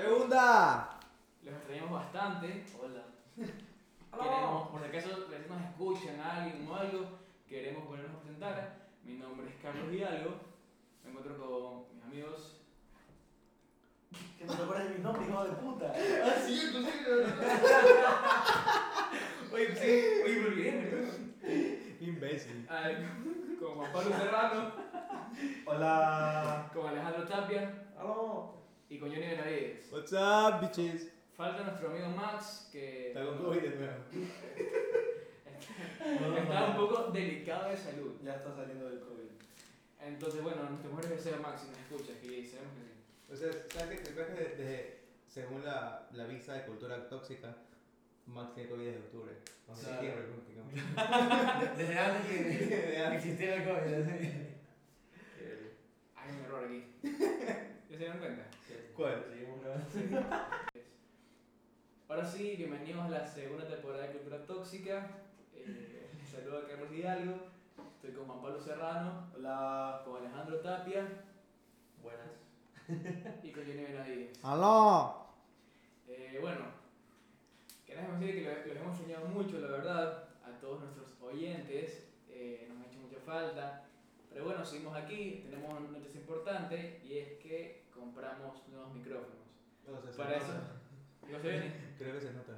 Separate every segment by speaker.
Speaker 1: Eh,
Speaker 2: ¡Hola!
Speaker 1: Los extrañamos bastante. Hola. Queremos, por si acaso recién nos escuchan a alguien o algo, queremos volvernos a presentar. Mi nombre es Carlos Hidalgo. Me encuentro con mis amigos.
Speaker 3: Que me recuerdes mi nombre, hijo de puta.
Speaker 2: Ah, sí,
Speaker 1: Oye, sí, oye, me olvidé, ¿verdad?
Speaker 2: Imbécil.
Speaker 1: Ah, Con Juan Pablo Serrano,
Speaker 3: Hola.
Speaker 1: con Alejandro Tapia
Speaker 3: Aló.
Speaker 1: y con Johnny Benavides.
Speaker 2: What's up, bitches?
Speaker 1: Falta nuestro amigo Max, que
Speaker 2: Está con COVID de nuevo.
Speaker 1: está un poco delicado de salud.
Speaker 3: Ya está saliendo del COVID.
Speaker 1: Entonces, bueno, nuestro mejor deseo a Max si nos escuchas, que sabemos que sí.
Speaker 2: O sea, ¿sabes qué? Te acuerdas de, de- según la, la visa de cultura tóxica, Max tiene COVID desde octubre. O sea,
Speaker 3: Claro.
Speaker 2: septiembre, prácticamente.
Speaker 3: Desde antes que
Speaker 2: De antes.
Speaker 3: existiera el COVID.
Speaker 1: Hay un error aquí. ¿Ya se dieron cuenta?
Speaker 2: ¿Cuál?
Speaker 3: Seguimos grabando.
Speaker 1: Ahora sí, bienvenidos a la segunda temporada de Cultura Tóxica. Eh, les saludo a Carlos Hidalgo. Estoy con Juan Pablo Serrano,
Speaker 3: Hola.
Speaker 1: con Alejandro Tapia
Speaker 3: Buenas.
Speaker 1: y con Jenny Benavides.
Speaker 2: ¡Aló!
Speaker 1: Eh, bueno, queremos decir que lo- los hemos enseñado mucho, la verdad, a todos nuestros oyentes. Eh, nos ha hecho mucha falta. Pero bueno, seguimos aquí. Tenemos una noticia importante y es que compramos nuevos micrófonos.
Speaker 2: No, o sea, se
Speaker 1: Para
Speaker 2: nota.
Speaker 1: eso. ¿No se ven?
Speaker 2: Creo que se nota.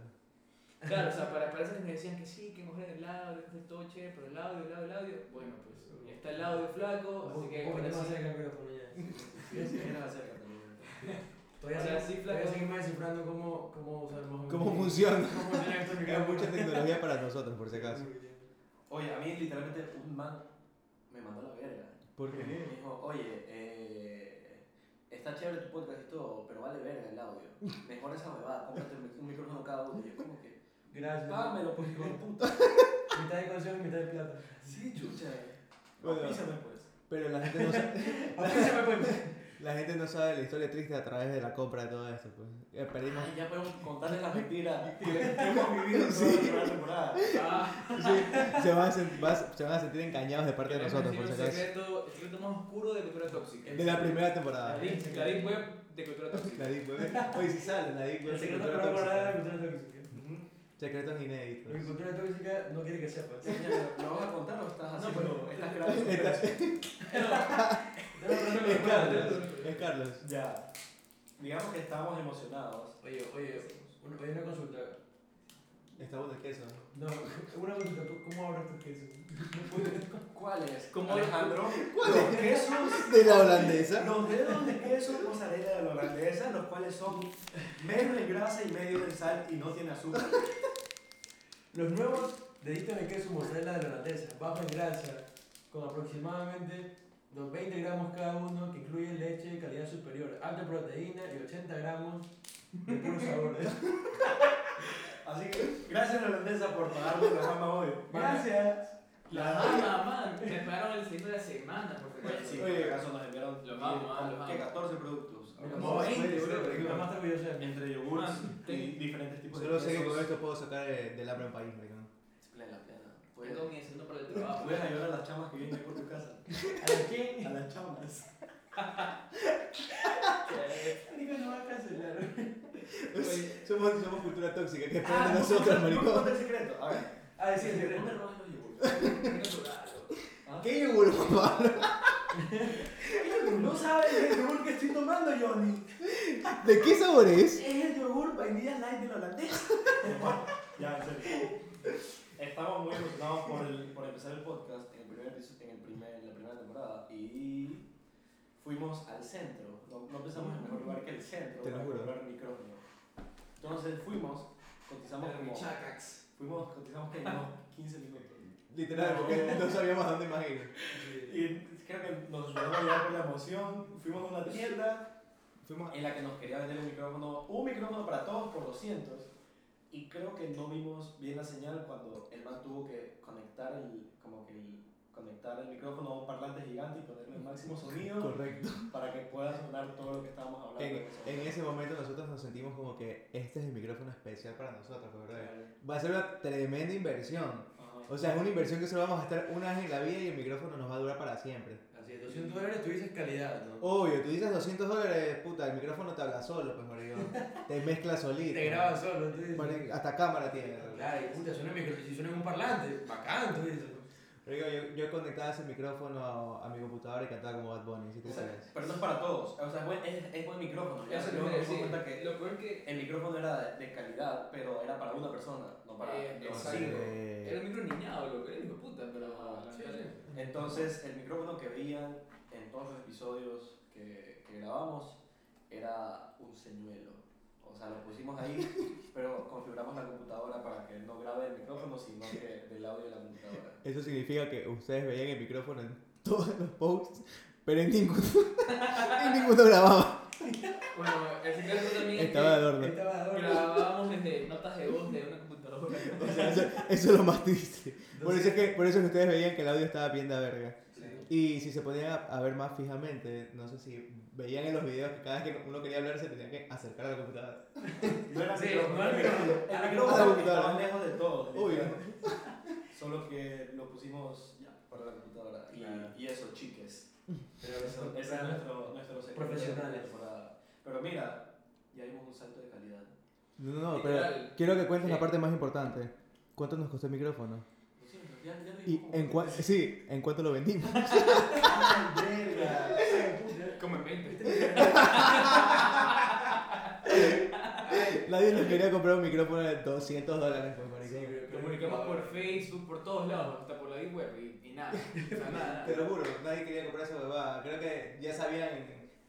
Speaker 1: Claro, o sea, para, para eso me decían que sí, que mujer el audio, que es todo chévere, pero el audio, el audio, el audio. Bueno, pues ya está el audio flaco, así que.
Speaker 3: Un
Speaker 1: ahora
Speaker 3: poquito más
Speaker 1: sí-
Speaker 3: cerca el micrófono ya.
Speaker 1: sí, sí.
Speaker 3: Viene más cerca también. Todavía
Speaker 1: O sea, sí,
Speaker 3: sigo-
Speaker 1: flaco.
Speaker 3: todavía seguimos descifrando cómo, cómo usar más o menos-
Speaker 2: ¿Cómo funciona?
Speaker 3: cómo funciona estos
Speaker 2: Hay
Speaker 3: micrófonos.
Speaker 2: mucha tecnología para nosotros, por si acaso.
Speaker 4: Oye, a mí literalmente un man me mandó a la verga.
Speaker 2: ¿Por qué?
Speaker 4: Me dijo, oye, eh, está chévere tu podcast y todo, pero vale verga el audio. Mejor esa huevada, cómprate un mic- un micrófono cada uno. Y yo como que,
Speaker 3: Gracias.
Speaker 2: Ah.
Speaker 4: págamelo, pues, hijo de puta.
Speaker 3: Mitad de consejo y mitad de plata.
Speaker 4: Sí, chucha.
Speaker 2: Bueno.
Speaker 4: Auspíciame, pues.
Speaker 2: Pero la gente, no sabe,
Speaker 3: Apóyame, pues.
Speaker 2: la gente no sabe la historia triste a través de la compra de todo esto. Pues. Eh, Perdimos
Speaker 4: Ay, ya podemos contarles las mentiras que que hemos vivido toda la primera temporada.
Speaker 1: Ah,
Speaker 2: Sí, se, van a sen- va a- se van a sentir engañados de parte de
Speaker 1: queremos
Speaker 2: nosotros, por si
Speaker 1: decir
Speaker 2: acaso.
Speaker 1: el secreto, el secreto más oscuro de cultura tóxica.
Speaker 2: De la primera
Speaker 1: La
Speaker 2: temporada.
Speaker 1: deep, la deep web de cultura
Speaker 2: La
Speaker 1: tóxica.
Speaker 2: Deep Web. Oye, si sale la Deep Web.
Speaker 3: El secreto
Speaker 2: Cultura
Speaker 3: para guardar la
Speaker 2: Tóxica.
Speaker 3: cultura tóxica.
Speaker 2: Secretos
Speaker 3: Lo que
Speaker 2: inéditos.
Speaker 3: cultura tóxica no quiere que sepas.
Speaker 4: Sí, ya, ¿Lo vas a contar o estás
Speaker 3: No,
Speaker 4: haciendo?
Speaker 3: pero-
Speaker 4: estás grabando. pero-
Speaker 2: Es Carlos. Es Carlos.
Speaker 4: Ya. Digamos que estábamos emocionados.
Speaker 3: Oye, oye, una, oye, una consulta.
Speaker 2: Estamos de queso.
Speaker 3: No, una consulta. ¿Tú cómo abres tu queso? No puedes.
Speaker 4: ¿Cuál es?
Speaker 1: ¿Cómo-
Speaker 4: Alejandro? Los quesos.
Speaker 2: De la holandesa.
Speaker 4: Los dedos de queso mozzarella de la holandesa, los cuales son menos en grasa y medio en sal y no tiene azúcar.
Speaker 3: Los nuevos deditos de queso mozzarella de la holandesa, bajo en grasa, con aproximadamente los 20 gramos cada uno, que incluye leche de calidad superior, alta proteína y 80 gramos de puro sabor.
Speaker 4: Así que gracias holandesa por pagarme la fama hoy.
Speaker 3: Gracias.
Speaker 1: La dama, man. Prepararon el segundo de la semana, por favor.
Speaker 3: Pues
Speaker 4: Oye, sí,
Speaker 2: Oye,
Speaker 4: por acaso nos enviaron
Speaker 1: los amo, ah, los
Speaker 4: que
Speaker 1: amo.
Speaker 4: 14 productos.
Speaker 3: Mira,
Speaker 4: Como
Speaker 3: como
Speaker 4: veinte,
Speaker 1: 20,
Speaker 4: bro,
Speaker 1: bro.
Speaker 4: creo.
Speaker 3: Lo más orgulloso de mí.
Speaker 4: Entre yogures
Speaker 1: Man,
Speaker 4: y
Speaker 1: tengo-
Speaker 4: diferentes tipos de
Speaker 2: Solo pues, sé que con
Speaker 4: quesos.
Speaker 2: esto puedo sacar eh, del hambre en país, maricón.
Speaker 4: Plena, plena. Puedes-
Speaker 1: Tengo mi haciendo para el trabajo.
Speaker 4: Puedes ayudar a las chamas que vienen por tu casa.
Speaker 3: ¿A la quién?
Speaker 4: A las chamas.
Speaker 3: Digo, no va a cancelar.
Speaker 1: Oye.
Speaker 2: Somos, somos cultura tóxica. que esperan de
Speaker 4: Ah, no,
Speaker 2: nosotros,
Speaker 4: no, no, no,
Speaker 2: maricón?
Speaker 4: no, el secreto. A ver.
Speaker 3: Ah, sí,
Speaker 4: ¿Dónde
Speaker 3: secreto.
Speaker 4: robas los yogures?
Speaker 2: ¿Qué yogur, papá?
Speaker 4: No sabes el yogur que estoy tomando, Johnny.
Speaker 2: ¿De qué sabor es?
Speaker 4: Es el yogur vainilla light del holandés. ya, en serio. Estamos muy emocionados por, el- por empezar el podcast en, el primer, episo- en el primer- la primera temporada y fuimos al centro. No, no pensamos en mejor lugar que el centro
Speaker 2: Te lo
Speaker 4: para
Speaker 2: juro.
Speaker 4: comprar micrófono. Entonces fuimos, cotizamos como,
Speaker 1: Chacax.
Speaker 4: fuimos, cotizamos que unos 15 minutos.
Speaker 2: Literal, porque no sabíamos a dónde más ir.
Speaker 4: Y creo que nos llevamos ya por la emoción, fuimos a una tienda.
Speaker 2: Fuimos
Speaker 4: en la que nos quería vender un micrófono, un micrófono para todos por 200. Y creo que no vimos bien la señal cuando el man tuvo que conectar el, como que el, conectar el micrófono a un parlante gigante y ponerle el máximo sonido
Speaker 2: Correcto.
Speaker 4: para que pueda sonar todo lo que estábamos hablando.
Speaker 2: En,
Speaker 4: eso.
Speaker 2: en ese momento nosotros nos sentimos como que este es el micrófono especial para nosotros, pues, ¿verdad?
Speaker 4: Claro.
Speaker 2: Va a ser una tremenda inversión.
Speaker 4: Ajá.
Speaker 2: O sea, es una inversión que solo vamos a estar una vez en la vida y el micrófono nos va a durar para siempre.
Speaker 3: Así es, 200 dólares tú dices calidad, ¿no?
Speaker 2: Obvio, tú dices 200 dólares, puta, el micrófono te habla solo, pues, maricón. Te mezcla solito.
Speaker 3: Te graba solo, tú dices.
Speaker 2: Marico, Hasta cámara tiene.
Speaker 3: Claro, y puta, suena en micro, si suena en un parlante, bacán, tú dices.
Speaker 2: Marico, yo, yo conectaba ese micrófono a, a mi computadora y cantaba como Bad Bunny, si te
Speaker 4: O sea,
Speaker 2: sabes.
Speaker 4: pero no es para todos. O sea, es buen, es, es buen micrófono. Ya
Speaker 1: Eso
Speaker 4: se
Speaker 1: te iba a
Speaker 4: me di
Speaker 1: decir.
Speaker 4: cuenta que
Speaker 1: Lo peor que
Speaker 4: el micrófono era de, de calidad, pero era para una persona, no para
Speaker 1: Eh,
Speaker 4: los
Speaker 1: exacto.
Speaker 4: cinco.
Speaker 1: era el micro niñado, lo que era hijo de puta, pero.
Speaker 4: Ah,
Speaker 1: la
Speaker 4: sí,
Speaker 1: verdad,
Speaker 4: Entonces, el micrófono que veían en todos los episodios que, que grabamos era un señuelo. O sea, lo pusimos ahí, pero configuramos la computadora para que no grabe el micrófono, sino que del audio de la computadora.
Speaker 2: Eso significa que ustedes veían el micrófono en todos los posts, pero en ninguno, en ninguno grababa.
Speaker 1: Bueno, el secreto también. es
Speaker 2: Estaba de adorno.
Speaker 3: Estaba de
Speaker 1: que
Speaker 3: adorno.
Speaker 1: Grabábamos desde notas de voz de una computadora.
Speaker 2: O sea, eso, eso es lo más triste. Por eso,
Speaker 3: Entonces,
Speaker 2: es que, por eso es que ustedes veían que el audio estaba bien de verga.
Speaker 3: sí.
Speaker 2: Y si se ponían a, a ver más fijamente, no sé si veían en los videos que cada vez que uno quería hablar se tenía que acercar a la computadora.
Speaker 4: No era
Speaker 3: Sí,
Speaker 4: micrófono,
Speaker 3: no era micrófono.
Speaker 4: El
Speaker 2: Ah, la
Speaker 4: micrófono
Speaker 2: computadora.
Speaker 4: estaba lejos de todo.
Speaker 2: Obvio.
Speaker 4: literal. Solo que lo pusimos ya para la computadora. Y,
Speaker 3: Claro.
Speaker 4: y eso, chiques.
Speaker 3: Pero
Speaker 4: Eso, ese es nuestro, nuestro secreto de la
Speaker 3: Profesionales.
Speaker 4: temporada. Pero mira, ya dimos un salto de calidad.
Speaker 2: No, no, no, pero
Speaker 1: Literal.
Speaker 2: quiero que cuentes la
Speaker 1: Sí.
Speaker 2: parte más importante. ¿Cuánto nos costó el micrófono?
Speaker 4: Lo siento,
Speaker 3: pues,
Speaker 4: ya, ya lo
Speaker 2: Y
Speaker 4: dimos.
Speaker 2: en cua- sí, ¿en cuánto lo vendimos?
Speaker 4: Verga.
Speaker 1: Como en 20.
Speaker 2: Nadie nos quería comprar un micrófono de 200 dólares, pues,
Speaker 3: Sí,
Speaker 2: maricón.
Speaker 3: pero-
Speaker 1: Comunicamos por Facebook, por todos lados, hasta por la deep web y, y nada. O sea, nada.
Speaker 2: Te lo juro, nadie quería comprar esa huevada. Creo que ya sabían,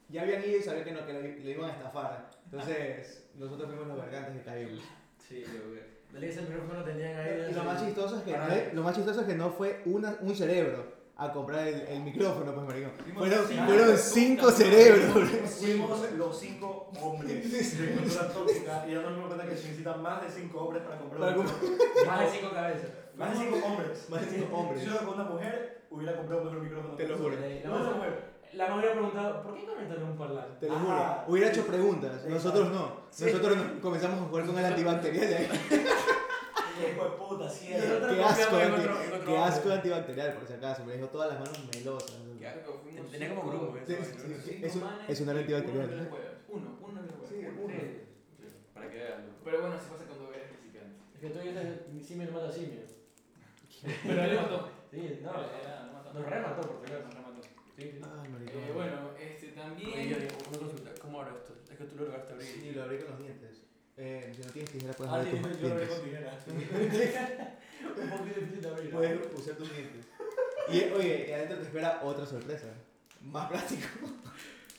Speaker 2: ya habían ido y sabían que, no, que le, le iban a estafar. Entonces, nosotros fuimos los vergantes que caímos.
Speaker 3: Sí, yo creo. Dale ese micrófono tenían ahí.
Speaker 2: Y lo más chistoso es que,
Speaker 3: Eh, Para
Speaker 2: no,
Speaker 3: ver.
Speaker 2: lo más chistoso es que no fue una, un cerebro a comprar el, el micrófono, pues, maricón. Fueron,
Speaker 4: cinco.
Speaker 2: fueron cinco cerebros, bro.
Speaker 4: Fuimos los cinco hombres de cultura tóxica y ya nos dimos cuenta que se necesitan más de cinco hombres para comprar
Speaker 2: Para
Speaker 4: un
Speaker 2: comprar-
Speaker 4: micrófono.
Speaker 3: Más de cinco cabezas.
Speaker 4: Más de cinco hombres.
Speaker 2: Más de cinco hombres.
Speaker 4: Si yo era con una mujer, hubiera comprado un mejor micrófono.
Speaker 2: Te lo juro.
Speaker 4: No, no, mujer.
Speaker 3: Eh, La mamá hubiera preguntado, ¿por qué conectaron un parlante?
Speaker 2: Te lo juro.
Speaker 4: Ajá.
Speaker 2: Hubiera hecho preguntas.
Speaker 4: Sí.
Speaker 2: Nosotros no.
Speaker 4: Sí.
Speaker 2: Nosotros no- comenzamos a jugar con el antibacterial de ahí.
Speaker 4: Qué hijo de puta, sí era.
Speaker 3: Nosotros
Speaker 2: Qué asco,
Speaker 3: confiamos en
Speaker 2: anti-
Speaker 3: otro- en otro
Speaker 2: qué asco
Speaker 3: hombre.
Speaker 2: de antibacterial, por si acaso. Me dejó todas las manos melosas.
Speaker 3: Tenía como grupo, ¿eh?
Speaker 2: Sí,
Speaker 3: eso,
Speaker 2: sí,
Speaker 3: ¿no?
Speaker 2: sí. Es un- es un antibacterial.
Speaker 1: Uno, uno, uno, uno, uno, uno.
Speaker 3: Sí. Para que vean. ¿no?
Speaker 1: Pero bueno, se pasa cuando eres principiante.
Speaker 3: Es que tú dices, mi simio no mata simio.
Speaker 1: Pero él mató.
Speaker 3: Sí, no.
Speaker 1: Era- no mató.
Speaker 3: Nos remató, por si acaso.
Speaker 1: Nos remató.
Speaker 3: Sí, sí.
Speaker 2: Ay, maricón.
Speaker 1: Eh, Bueno, este
Speaker 3: Oye, yo
Speaker 1: también.
Speaker 3: digo, una consulta, ¿cómo abro esto? Es que tú lo lograste abrir.
Speaker 2: Y lo abrí con los dientes. Eh, si no tienes tijera, puedes
Speaker 4: Ah,
Speaker 2: abrir
Speaker 4: sí,
Speaker 2: tus
Speaker 4: yo lo veo con
Speaker 2: dientes.
Speaker 4: tijera.
Speaker 3: Un poquito difícil de abrir. ¿no?
Speaker 2: Puedes usar tus dientes. Y oye, y adentro te espera otra sorpresa. Más plástico.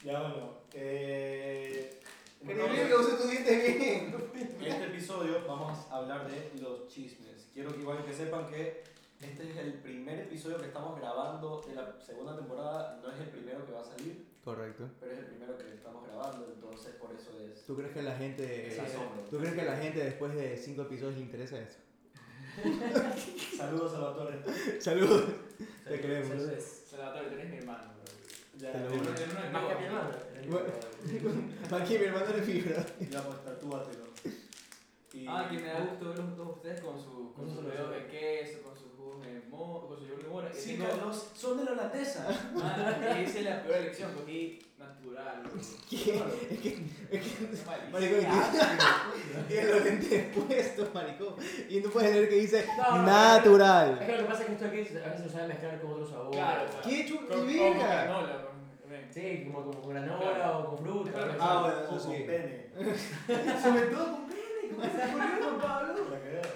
Speaker 4: Ya bueno. Eh,
Speaker 2: Increíble que uses tus dientes bien.
Speaker 4: En este episodio vamos a hablar de los chismes. Quiero que igual que sepan que este es el primer episodio que estamos grabando de la segunda temporada. No es el primero que va a salir,
Speaker 2: Correcto.
Speaker 4: pero es el primero que estamos grabando, entonces por eso es
Speaker 2: ¿Tú crees que la gente...
Speaker 4: es asombro.
Speaker 2: ¿Tú crees que a la gente después de cinco episodios le interesa eso?
Speaker 4: Saludos Salvatore.
Speaker 2: Saludos.
Speaker 3: Saludos,
Speaker 2: queremos.
Speaker 3: saludos.
Speaker 1: Salvatore, tú eres mi hermano. bro.
Speaker 4: Ya,
Speaker 2: Te lo
Speaker 4: te-
Speaker 2: juro.
Speaker 1: Tú eres uno de
Speaker 3: Más que a mi
Speaker 1: todos.
Speaker 3: hermano.
Speaker 2: Bueno. Aquí mi hermano le figura.
Speaker 4: ya pues tatúatelo. Y
Speaker 1: Ah, que me da gusto verlos a todos ustedes con, su, con
Speaker 3: Con
Speaker 1: sus
Speaker 3: su
Speaker 1: dedos de
Speaker 3: solución.
Speaker 1: queso, con sus jugos de mo, con su yogur de mora. Y
Speaker 4: Sí,
Speaker 1: tengo-
Speaker 4: Carlos, son de la holandesa.
Speaker 1: Ah, y hice la peor elección, cogí natural. bro.
Speaker 2: Es que, es que,
Speaker 1: Malísimo.
Speaker 2: maricón, y tiene- tiene los lentes puestos, maricón. Y no puedes leer que dice
Speaker 3: No, no, Es
Speaker 2: natural.
Speaker 3: que lo que pasa es que esto aquí a veces se sabe mezclar con otro sabor.
Speaker 1: Claro, pues. claro.
Speaker 2: ¿Qué chu-
Speaker 1: Con-
Speaker 2: qué
Speaker 1: con
Speaker 2: verga?
Speaker 1: granola, bro. Ven.
Speaker 3: Sí, como, como con granola
Speaker 1: Claro.
Speaker 3: o con fruta.
Speaker 1: Claro.
Speaker 2: Ah,
Speaker 3: o-
Speaker 2: bueno,
Speaker 4: O
Speaker 2: eso
Speaker 4: con
Speaker 2: sí.
Speaker 4: pene.
Speaker 2: Sobre todo con pene, ¿cómo se pone con Pablo?
Speaker 4: Para que veas.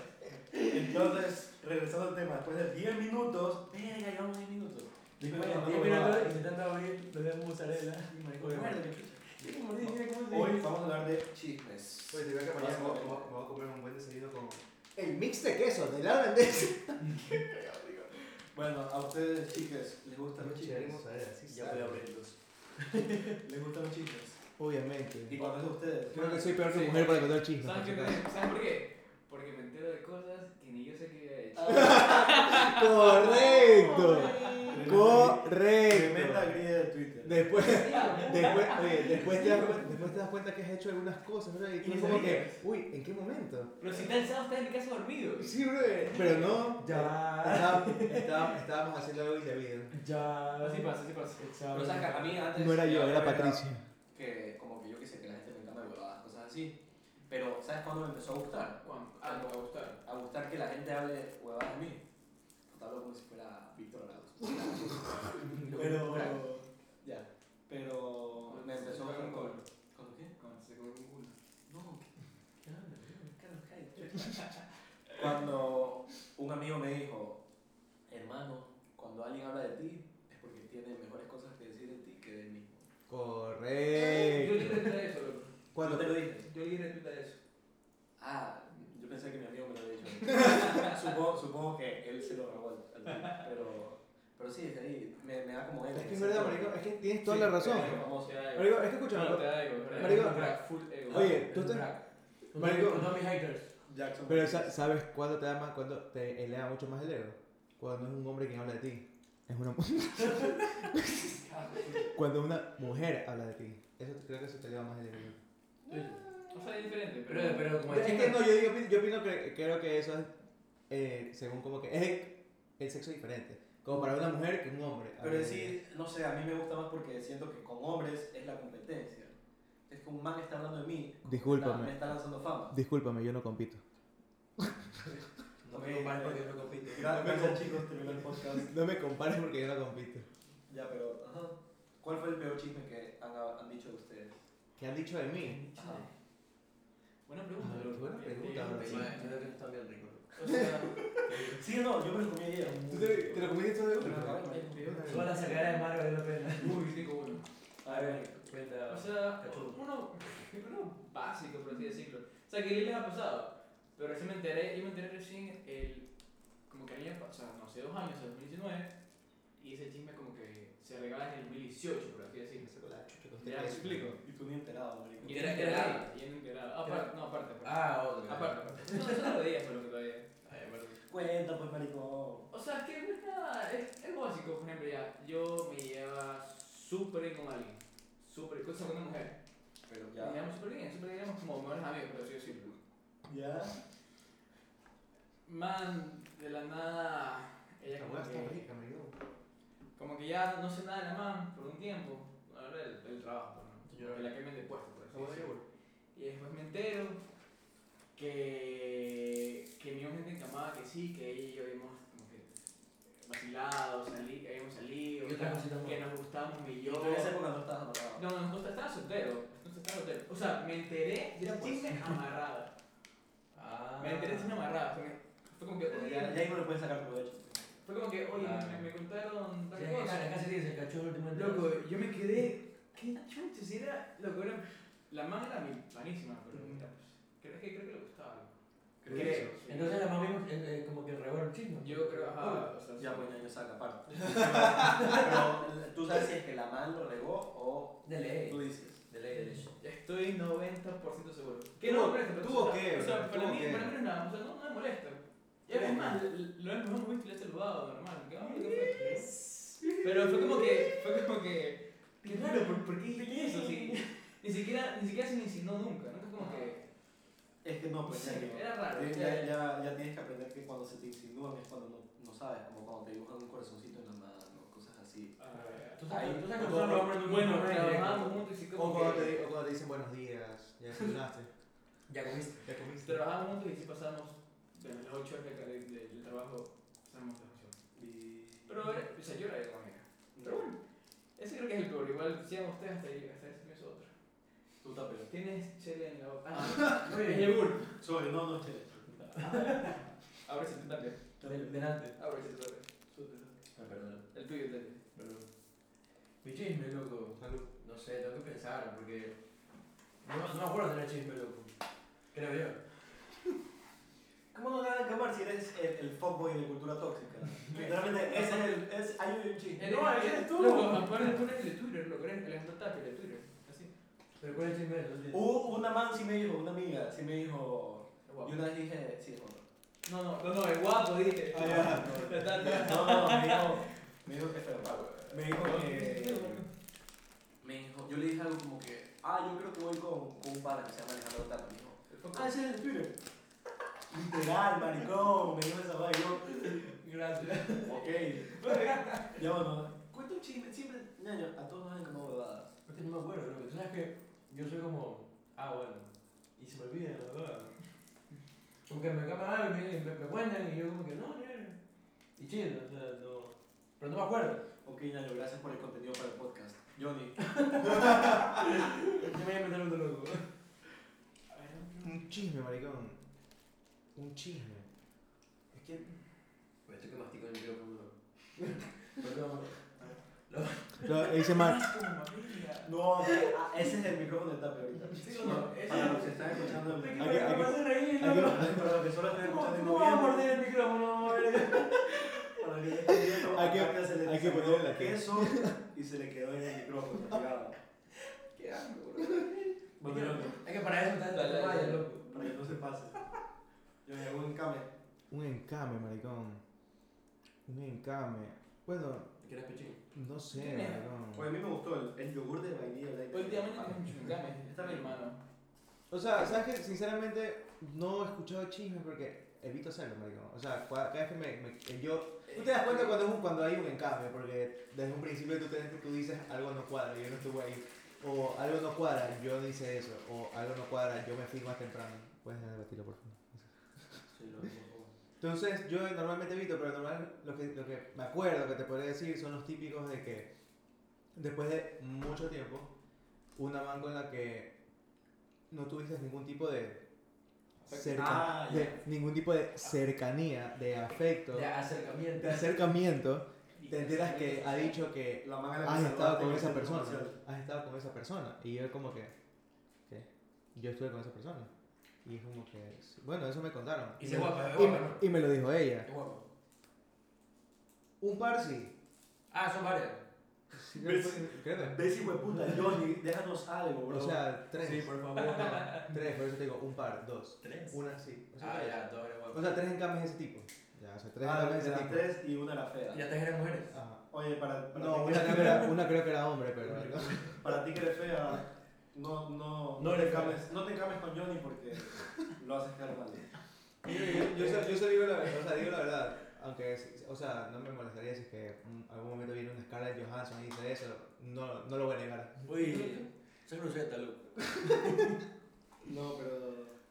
Speaker 4: Entonces, regresando al tema, después de 10 minutos, verga, llevamos 10 minutos.
Speaker 3: Bueno,
Speaker 4: Después de
Speaker 3: diez
Speaker 4: una
Speaker 3: minutos
Speaker 4: huevada.
Speaker 3: intentando abrir los de mozzarella.
Speaker 4: Oye,
Speaker 3: Bueno,
Speaker 4: bueno,
Speaker 3: Mira cómo dice, mira cómo
Speaker 4: Hoy
Speaker 3: dice.
Speaker 4: vamos a hablar de chismes.
Speaker 2: Pues te veo que mañana me voy- me voy me voy a comer un buen desayuno con. El mix de queso de la holandesa.
Speaker 4: Bueno, a ustedes, chicas, ¿les gustan los chismes?
Speaker 2: Ya voy a abrir.
Speaker 4: abrirlos. ¿Les gustan los chismes? ¿Y
Speaker 2: Obviamente.
Speaker 4: cuántos de ustedes?
Speaker 2: Creo que soy peor que
Speaker 1: Sí.
Speaker 2: mujer para contar chismes.
Speaker 1: ¿Saben,
Speaker 2: por
Speaker 1: qué
Speaker 2: si
Speaker 1: me-
Speaker 2: acaso.
Speaker 1: ¿Saben por qué?
Speaker 2: Ah,
Speaker 1: Porque me entero de cosas que ni yo sé que había hecho.
Speaker 2: Correcto.
Speaker 5: Tremenda
Speaker 2: Correcto.
Speaker 5: grilla de Twitter.
Speaker 2: Después, después, oye, después, te das, cuen- después te das cuenta que has hecho algunas cosas, bro, y tú
Speaker 1: Y
Speaker 2: es
Speaker 1: no
Speaker 2: como que,
Speaker 1: sabías.
Speaker 2: uy, ¿en qué momento?
Speaker 1: Pero si está alzado, está en mi casa dormido.
Speaker 2: Sí, bro, pero no.
Speaker 3: Ya,
Speaker 2: Estaba- estaba- estábamos haciendo algo indebido.
Speaker 3: ya.
Speaker 1: Así pasa, así pasa.
Speaker 3: Exacto.
Speaker 4: Pero sabes que a mí antes.
Speaker 2: No era yo, era
Speaker 4: que-
Speaker 2: Patricia.
Speaker 4: Que como que yo que sé que la gente me encanta de huevadas, cosas así. Pero ¿sabes cuándo me empezó a gustar?
Speaker 1: Juan, ah, no va a gustar.
Speaker 4: A gustar que la gente hable huevadas de mí. Puta, Hablo como si fuera Víctor Arauz.
Speaker 5: Pero.
Speaker 4: Ya. Pero me empezó a gustar con. ¿Con qué?
Speaker 1: Cuando se come un culo.
Speaker 4: No, ¿qué hablas? Carlos, cállate. Cuando un amigo me dijo, hermano, cuando alguien habla de ti es porque tiene mejores cosas que decir de ti que de él mismo.
Speaker 1: Yo le
Speaker 2: Correcto.
Speaker 1: retuita eso, loco.
Speaker 2: Cuando
Speaker 4: te lo dije?
Speaker 1: Yo le retuita eso.
Speaker 4: Ah, yo pensé que mi amigo me lo había dicho. supongo, supongo que él se lo grabó al- al tipo, pero, pero sí, desde ahí me, me da como él.
Speaker 2: Es que es verdad, marico, es que tienes toda la razón. Marico,
Speaker 1: Marico,
Speaker 2: es que escucha,
Speaker 1: No,
Speaker 2: marico,
Speaker 1: te da ego, es verdad.
Speaker 2: Marico,
Speaker 1: Es un crack, full ego.
Speaker 2: oye,
Speaker 1: Es
Speaker 2: tú
Speaker 1: un
Speaker 2: te-
Speaker 1: crack.
Speaker 3: Con
Speaker 2: Marico.
Speaker 3: con todos mis haters.
Speaker 5: Jackson.
Speaker 2: Pero sa- ¿sabes cuándo te da más, cuándo te eleva mucho más el ego? Cuando es un hombre quien habla de ti. Es una mu- Cuando una mujer habla de ti. Eso creo que eso te eleva más el ego.
Speaker 1: O sea, es diferente, pero...
Speaker 3: Pero, pero como
Speaker 2: Es que
Speaker 3: chica-
Speaker 2: Este no, yo, digo, yo opino que creo que eso es eh, según como que es el sexo diferente. Como para una mujer que un hombre.
Speaker 4: Pero
Speaker 2: Habla de
Speaker 4: en
Speaker 2: ti.
Speaker 4: sí, no sé, a mí me gusta más porque siento que con hombres es la competencia. Es que un man está hablando de mí,
Speaker 2: Discúlpame.
Speaker 4: me está lanzando fama.
Speaker 2: Discúlpame, yo no compito.
Speaker 3: No me compares porque yo no compito.
Speaker 5: Gra- Gracias, chicos, terminó el podcast.
Speaker 2: No me compares porque yo no compito.
Speaker 4: Ya, pero, ajá. ¿Cuál fue el peor chisme que han, han dicho de ustedes?
Speaker 2: ¿Qué han dicho de mí?
Speaker 4: Ajá.
Speaker 1: Buena pregunta,
Speaker 2: Ah,
Speaker 1: loco.
Speaker 2: buena
Speaker 1: Bien,
Speaker 2: pregunta,
Speaker 1: bien,
Speaker 2: bro.
Speaker 1: bien.
Speaker 3: Sí, yo creo que está bien rico.
Speaker 1: O sea,
Speaker 5: Sí, no, yo me lo comí ayer.
Speaker 2: ¿Tú te, te lo comiste todo de una?
Speaker 1: el peor...
Speaker 3: Toda la sacada de Mario vale la pena.
Speaker 1: Uy, rico, bueno.
Speaker 3: A ver, cuenta.
Speaker 1: O sea,
Speaker 3: Cachudo.
Speaker 1: uno, uno básico, por así decirlo. O sea, que sí les ha pasado. Pero recién me enteré, yo me enteré recién el. Como que había o sea, no sé, dos años, en 2019. Y ese chisme como que se regala en el 2018, por así decirlo. Ya me explico.
Speaker 5: Y tú ni enterado, marico.
Speaker 1: Y
Speaker 3: era
Speaker 1: era
Speaker 3: enterado?
Speaker 1: enterado. Y era enterado. Ah, Aparte, no, aparte. aparte.
Speaker 3: Ah, otro.
Speaker 1: Aparte, aparte. No, eso no lo veía, pero que todavía.
Speaker 3: Ay, bueno.
Speaker 5: Cuenta, pues, marico.
Speaker 1: O sea, es que no es nada, es, es básico, por ejemplo, ya, yo me llevaba súper bien con alguien, súper, con una mujer,
Speaker 4: Pero
Speaker 1: Nos
Speaker 4: ya.
Speaker 1: llevamos súper bien, súper bien, éramos como mejores amigos, por así decirlo.
Speaker 5: Ya.
Speaker 1: Man, de la nada, ella
Speaker 2: La
Speaker 1: como
Speaker 2: hueá está
Speaker 1: que,
Speaker 2: rica, me dio.
Speaker 1: como que ya no sé nada de la man por un tiempo, ahora el, el trabajo, ¿no?
Speaker 3: Ya.
Speaker 1: que la quemen de puesto, por así
Speaker 2: Sabor de
Speaker 1: decirlo.
Speaker 2: yogur.
Speaker 1: Y después me entero que, que mi gente encamaba que sí, que ella y yo habíamos como que vacilado, salí, habíamos salido,
Speaker 3: Y otras cositas más.
Speaker 1: que nos gustábamos y yo.
Speaker 4: Yo en esa época no estabas enamorado.
Speaker 1: No, no, no estaba soltero. No estaba soltero. O sea, me enteré de un chisme amarrada.
Speaker 3: Ah.
Speaker 1: Me enteré de un chisme amarrada. Fue, fue como que,
Speaker 4: Pero
Speaker 1: oye,
Speaker 4: Ya, ya ahí no le puedes sacar provecho.
Speaker 1: fue como que, oye,
Speaker 3: Ah.
Speaker 1: me, me contaron
Speaker 3: Sí,
Speaker 1: tal cosa.
Speaker 3: Casi dice, cachó el último
Speaker 1: Loco, yo me quedé. ¿Qué chuches era? Loco, era. La man era mi panísima, pero mira, pues. Creo que, creo que le gustaba.
Speaker 4: Creo.
Speaker 1: sí.
Speaker 3: Entonces la mamá mismo, eh, eh, como que regó el chisme.
Speaker 1: Yo creo, ajá. O sea,
Speaker 4: Ya,
Speaker 1: sí.
Speaker 4: pues ya yo saca aparte. Pero tú sabes si es que la man lo regó o
Speaker 3: De
Speaker 4: tú
Speaker 3: ley.
Speaker 4: dices.
Speaker 3: De ley, de ley.
Speaker 1: Ya Estoy 90% seguro. ¿Qué
Speaker 2: Tuvo-
Speaker 1: no me molesta?
Speaker 2: tuvo
Speaker 1: o sea,
Speaker 2: que,
Speaker 1: O sea,
Speaker 2: bro,
Speaker 1: para
Speaker 2: tuvo
Speaker 1: mí,
Speaker 2: que.
Speaker 1: para mí no es nada. O sea, no, no me molesta. Y
Speaker 4: Tuvo
Speaker 1: es más, l- l- lo hemos hemos visto y le he saludado, normal. ¿Qué onda? ¿Qué onda? Pero fue como que. Fue como que. Qué raro, ¿por, por qué hiciste eso? Sí, ni siquiera, ni siquiera se me insinuó nunca. Nunca es como que.
Speaker 4: Es que no,
Speaker 1: No
Speaker 4: pues ya
Speaker 1: sé,
Speaker 4: no.
Speaker 1: era raro.
Speaker 4: Ya,
Speaker 1: ya-
Speaker 4: ya, ya- ya tienes que aprender que cuando se te insinúan es cuando no, no sabes, como cuando te dibujan un corazoncito en la mano, cosas así.
Speaker 1: Ah,
Speaker 3: Tú sabes,
Speaker 4: Ahí.
Speaker 3: tú sabes que son los hombres nunca
Speaker 1: Bueno,
Speaker 3: son
Speaker 1: trabajábamos
Speaker 3: directos.
Speaker 1: juntos y
Speaker 2: O
Speaker 1: como
Speaker 2: cuando
Speaker 1: que.
Speaker 2: te, o cuando te dicen buenos días, ya desayunaste,
Speaker 3: Ya comiste.
Speaker 2: ya comiste.
Speaker 1: Trabajábamos juntos y sí pasamos de las 8 horas de- de- de- del trabajo, pasamos las 8
Speaker 4: Y...
Speaker 1: Pero era, o sea, yo era de manera. Pero bueno, ese creo que es el peor. Igual decían ustedes hasta ahí, hasta ese mes otro.
Speaker 4: Tú tapes.
Speaker 1: Tienes chele en la boca. Ah,
Speaker 3: Muy
Speaker 1: es
Speaker 3: bien.
Speaker 1: yogur.
Speaker 5: Sobre, no, no, che.
Speaker 1: Ahora sí tú también.
Speaker 3: Del- Delante.
Speaker 1: Ahora sí tú también.
Speaker 3: Ah, Perdón.
Speaker 1: El tuyo también.
Speaker 3: Mi chisme, loco.
Speaker 2: Salud.
Speaker 3: No sé, tengo que pensar, porque. No, no me acuerdo de tener chisme, loco. Creo yo.
Speaker 4: ¿Cómo no ganan Camar si eres el, el fuckboy de cultura tóxica? Literalmente, ese es el. Es, hay un chiste.
Speaker 1: Eh, Loco, pones pones el de Twitter, lo crees, el hashtag, el de Twitter. Así.
Speaker 3: Pero ¿cuál es el chisme? No entiendo.
Speaker 4: Hubo una man sí me dijo, una amiga sí me dijo.
Speaker 1: Guapo.
Speaker 4: Yo una vez dije, sí, es
Speaker 1: No, no, no, no, es guapo, dije.
Speaker 2: Ah, ya.
Speaker 1: Pero tal, tal.
Speaker 4: No, no, me dijo. Me dijo que estaba mal. Me dijo
Speaker 1: Eh,
Speaker 4: que.
Speaker 6: Me dijo, yo le dije algo como que, ah, yo creo que voy con, con un pana que se llama Alejandro Tata. Me dijo,
Speaker 4: Ah, ese es el Twitter. Literal, maricón. Me dijo esa vaina. Yo,
Speaker 3: Gracias.
Speaker 4: ok. Ya bueno. Cuenta un chisme. Siempre, ñaño, a todos nos han como huevadas.
Speaker 3: Es que no me acuerdo, lo que tú sabes que yo soy como, ah, bueno, y se me olvida, la verdad. Porque me cambia algo y me, me- me cuentan y yo como que, no, no, no. Y chill, o sea, no. Pero no me acuerdo.
Speaker 4: Ok, ñaño, gracias por el contenido para el podcast. Johnny.
Speaker 3: Yo me voy a meter otro loco.
Speaker 2: Un chisme, maricón. Un chisme.
Speaker 6: es que. Me estoy que mastico el micrófono.
Speaker 3: Perdón.
Speaker 2: Lo dice Mark.
Speaker 4: No, ah, ese es el micrófono del tape ahorita.
Speaker 3: Sí o no, ese
Speaker 4: Para los que están escuchando.
Speaker 3: Me
Speaker 2: Aquí- aquí-
Speaker 3: hace reír,
Speaker 2: aquí-
Speaker 3: loco.
Speaker 4: Para los que solo están
Speaker 3: ¿Cómo
Speaker 4: escuchando y
Speaker 3: cómo
Speaker 4: no
Speaker 3: vas a
Speaker 4: viendo.
Speaker 3: morder el micrófono, verga?
Speaker 4: Para que ya tenía como
Speaker 2: Hay que-
Speaker 4: vaca, se le
Speaker 2: hay que
Speaker 4: sacó
Speaker 2: ponerle la
Speaker 4: queso y se le quedó en el micrófono pegado.
Speaker 6: Qué asco, bro.
Speaker 4: Bueno, yo no,
Speaker 3: Es que para eso está
Speaker 6: Dale,
Speaker 3: el
Speaker 6: dale,
Speaker 3: malla,
Speaker 6: dale.
Speaker 3: loco.
Speaker 4: para que no se pase. Yo me hago un came.
Speaker 2: Un encame, maricón. Un encame. Bueno,
Speaker 3: ¿Quieres pichín?
Speaker 2: no sé,
Speaker 1: ¿Quién es?
Speaker 4: Oye, a
Speaker 2: maricón.
Speaker 4: mí me gustó el, el yogur de vainilla. light.
Speaker 1: Pues Últimamente tenemos un chingame.
Speaker 4: Está
Speaker 1: mi
Speaker 4: bien.
Speaker 1: hermano.
Speaker 2: O sea, ¿sabes qué? Sinceramente, no he escuchado chisme porque evito hacerlo, maricón. O sea, cua- cada vez que me, me- que yo... Tú te das cuenta cuando, es un- cuando hay un encame, porque desde un principio tú, te- tú dices algo no cuadra, yo no estuve ahí. O algo no cuadra, yo no hice eso. O algo no cuadra, yo me fui más temprano. Puedes dejar de batirlo, por favor.
Speaker 3: Sí, loco.
Speaker 2: Entonces, yo normalmente evito, pero normal, lo, que, lo que me acuerdo que te podría decir son los típicos de que después de mucho tiempo, una man con la que no tuviste ningún tipo de, cerca-
Speaker 4: Ah, ya.
Speaker 2: de- ningún tipo de cercanía, de afecto,
Speaker 3: De
Speaker 2: de
Speaker 3: acercamiento.
Speaker 2: acercamiento, te enteras que ha dicho que
Speaker 4: La manga
Speaker 2: has estado Ah, con esa persona, has estado con esa persona, y yo como que, ¿qué? Yo estuve con esa persona. Y es como que, bueno, eso me contaron.
Speaker 3: Y se
Speaker 2: me-
Speaker 3: guapa, es
Speaker 2: y
Speaker 3: guapa, ¿no?
Speaker 2: me- y me lo dijo ella.
Speaker 3: Qué guapo.
Speaker 2: Un par sí.
Speaker 3: Ah, son varias.
Speaker 2: creo que- creo que-
Speaker 4: Ves, hijo de puta, Johnny, déjanos algo, bro.
Speaker 2: O sea, tres.
Speaker 3: Sí, por favor, no.
Speaker 2: Tres, por eso te digo, un par, dos.
Speaker 3: ¿Tres?
Speaker 2: Una sí. O sea,
Speaker 3: Ah,
Speaker 2: tres.
Speaker 3: ya, dos eran guapas.
Speaker 2: O sea, tres encames de ese tipo. Ya, o sea, tres
Speaker 4: ah,
Speaker 2: encames de ese
Speaker 4: eran
Speaker 2: tipo.
Speaker 4: tres y una era fea.
Speaker 3: ¿Ya te eran mujeres?
Speaker 2: Ajá.
Speaker 4: Oye, para, para,
Speaker 2: No,
Speaker 4: ti, que
Speaker 2: una
Speaker 4: eres
Speaker 2: creo, que
Speaker 4: fea,
Speaker 2: era, una creo que era hombre, pero. ¿no?
Speaker 4: para ti que eres fea, no, no,
Speaker 3: No
Speaker 4: te
Speaker 3: eres fea.
Speaker 4: encames- no te encames con Johnny porque lo haces quedar mal.
Speaker 2: Yo, yo, se- yo se digo la verdad, o sea, digo la verdad. Aunque, es- o sea, no me molestaría si es que en algún momento viene una Scarlett Johansson y dice eso. No, no lo voy a
Speaker 3: Ah,
Speaker 2: negar.
Speaker 3: Uy, soy groseta, loco.
Speaker 4: No, pero.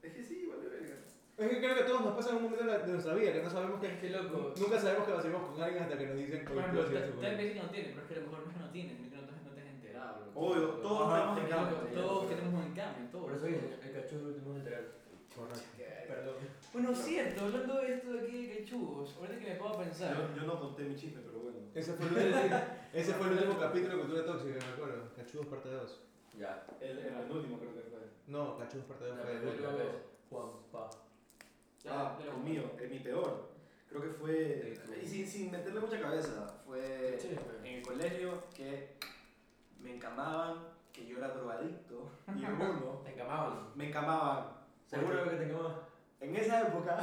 Speaker 4: Es que sí, vale verga.
Speaker 2: Es que creo que todos nos pasa en un momento de la- de nuestra vida, que no sabemos que.
Speaker 1: Qué loco.
Speaker 2: Nunca sabemos que lo hacemos con alguien hasta que nos dicen
Speaker 1: Por
Speaker 2: que
Speaker 1: ejemplo,
Speaker 2: lo hacías
Speaker 1: tal
Speaker 2: tú.
Speaker 1: tal vez no tiene, pero es que a lo mejor no es que no tiene, sino que no te, no te has enterado. loco.
Speaker 4: Obvio, todos
Speaker 3: Ajá,
Speaker 4: tenemos
Speaker 1: Loco,
Speaker 4: encames.
Speaker 1: Todos tenemos un cambio,
Speaker 3: Por
Speaker 1: todos.
Speaker 3: eso el, el cachorro lo tenemos que traer.
Speaker 2: Correcto.
Speaker 3: Perdón.
Speaker 1: Bueno, cierto, hablando de esto de aquí de cachugos, ahorita que me puedo pensar.
Speaker 4: Yo, yo no conté mi chisme, pero bueno.
Speaker 2: Ese fue el último, ese fue el último capítulo de Cultura Tóxica, me acuerdo. Cachudos parte 2.
Speaker 6: Ya.
Speaker 4: El, el penúltimo creo que fue.
Speaker 2: No, Cachudos parte 2
Speaker 6: La
Speaker 2: fue el
Speaker 6: primera
Speaker 2: último.
Speaker 1: luego-
Speaker 6: vez.
Speaker 3: Juan Pa.
Speaker 4: Ah, el mío, el mi peor. Creo que fue.
Speaker 6: Sí, tú.
Speaker 4: Y sin, sin meterle mucha cabeza, fue
Speaker 3: Sí, pero-
Speaker 4: en el colegio que me encamaban, que yo era drogadicto, y uno,
Speaker 3: Te encamaban.
Speaker 4: me encamaban.
Speaker 3: Seguro que te encamaban.
Speaker 4: En esa época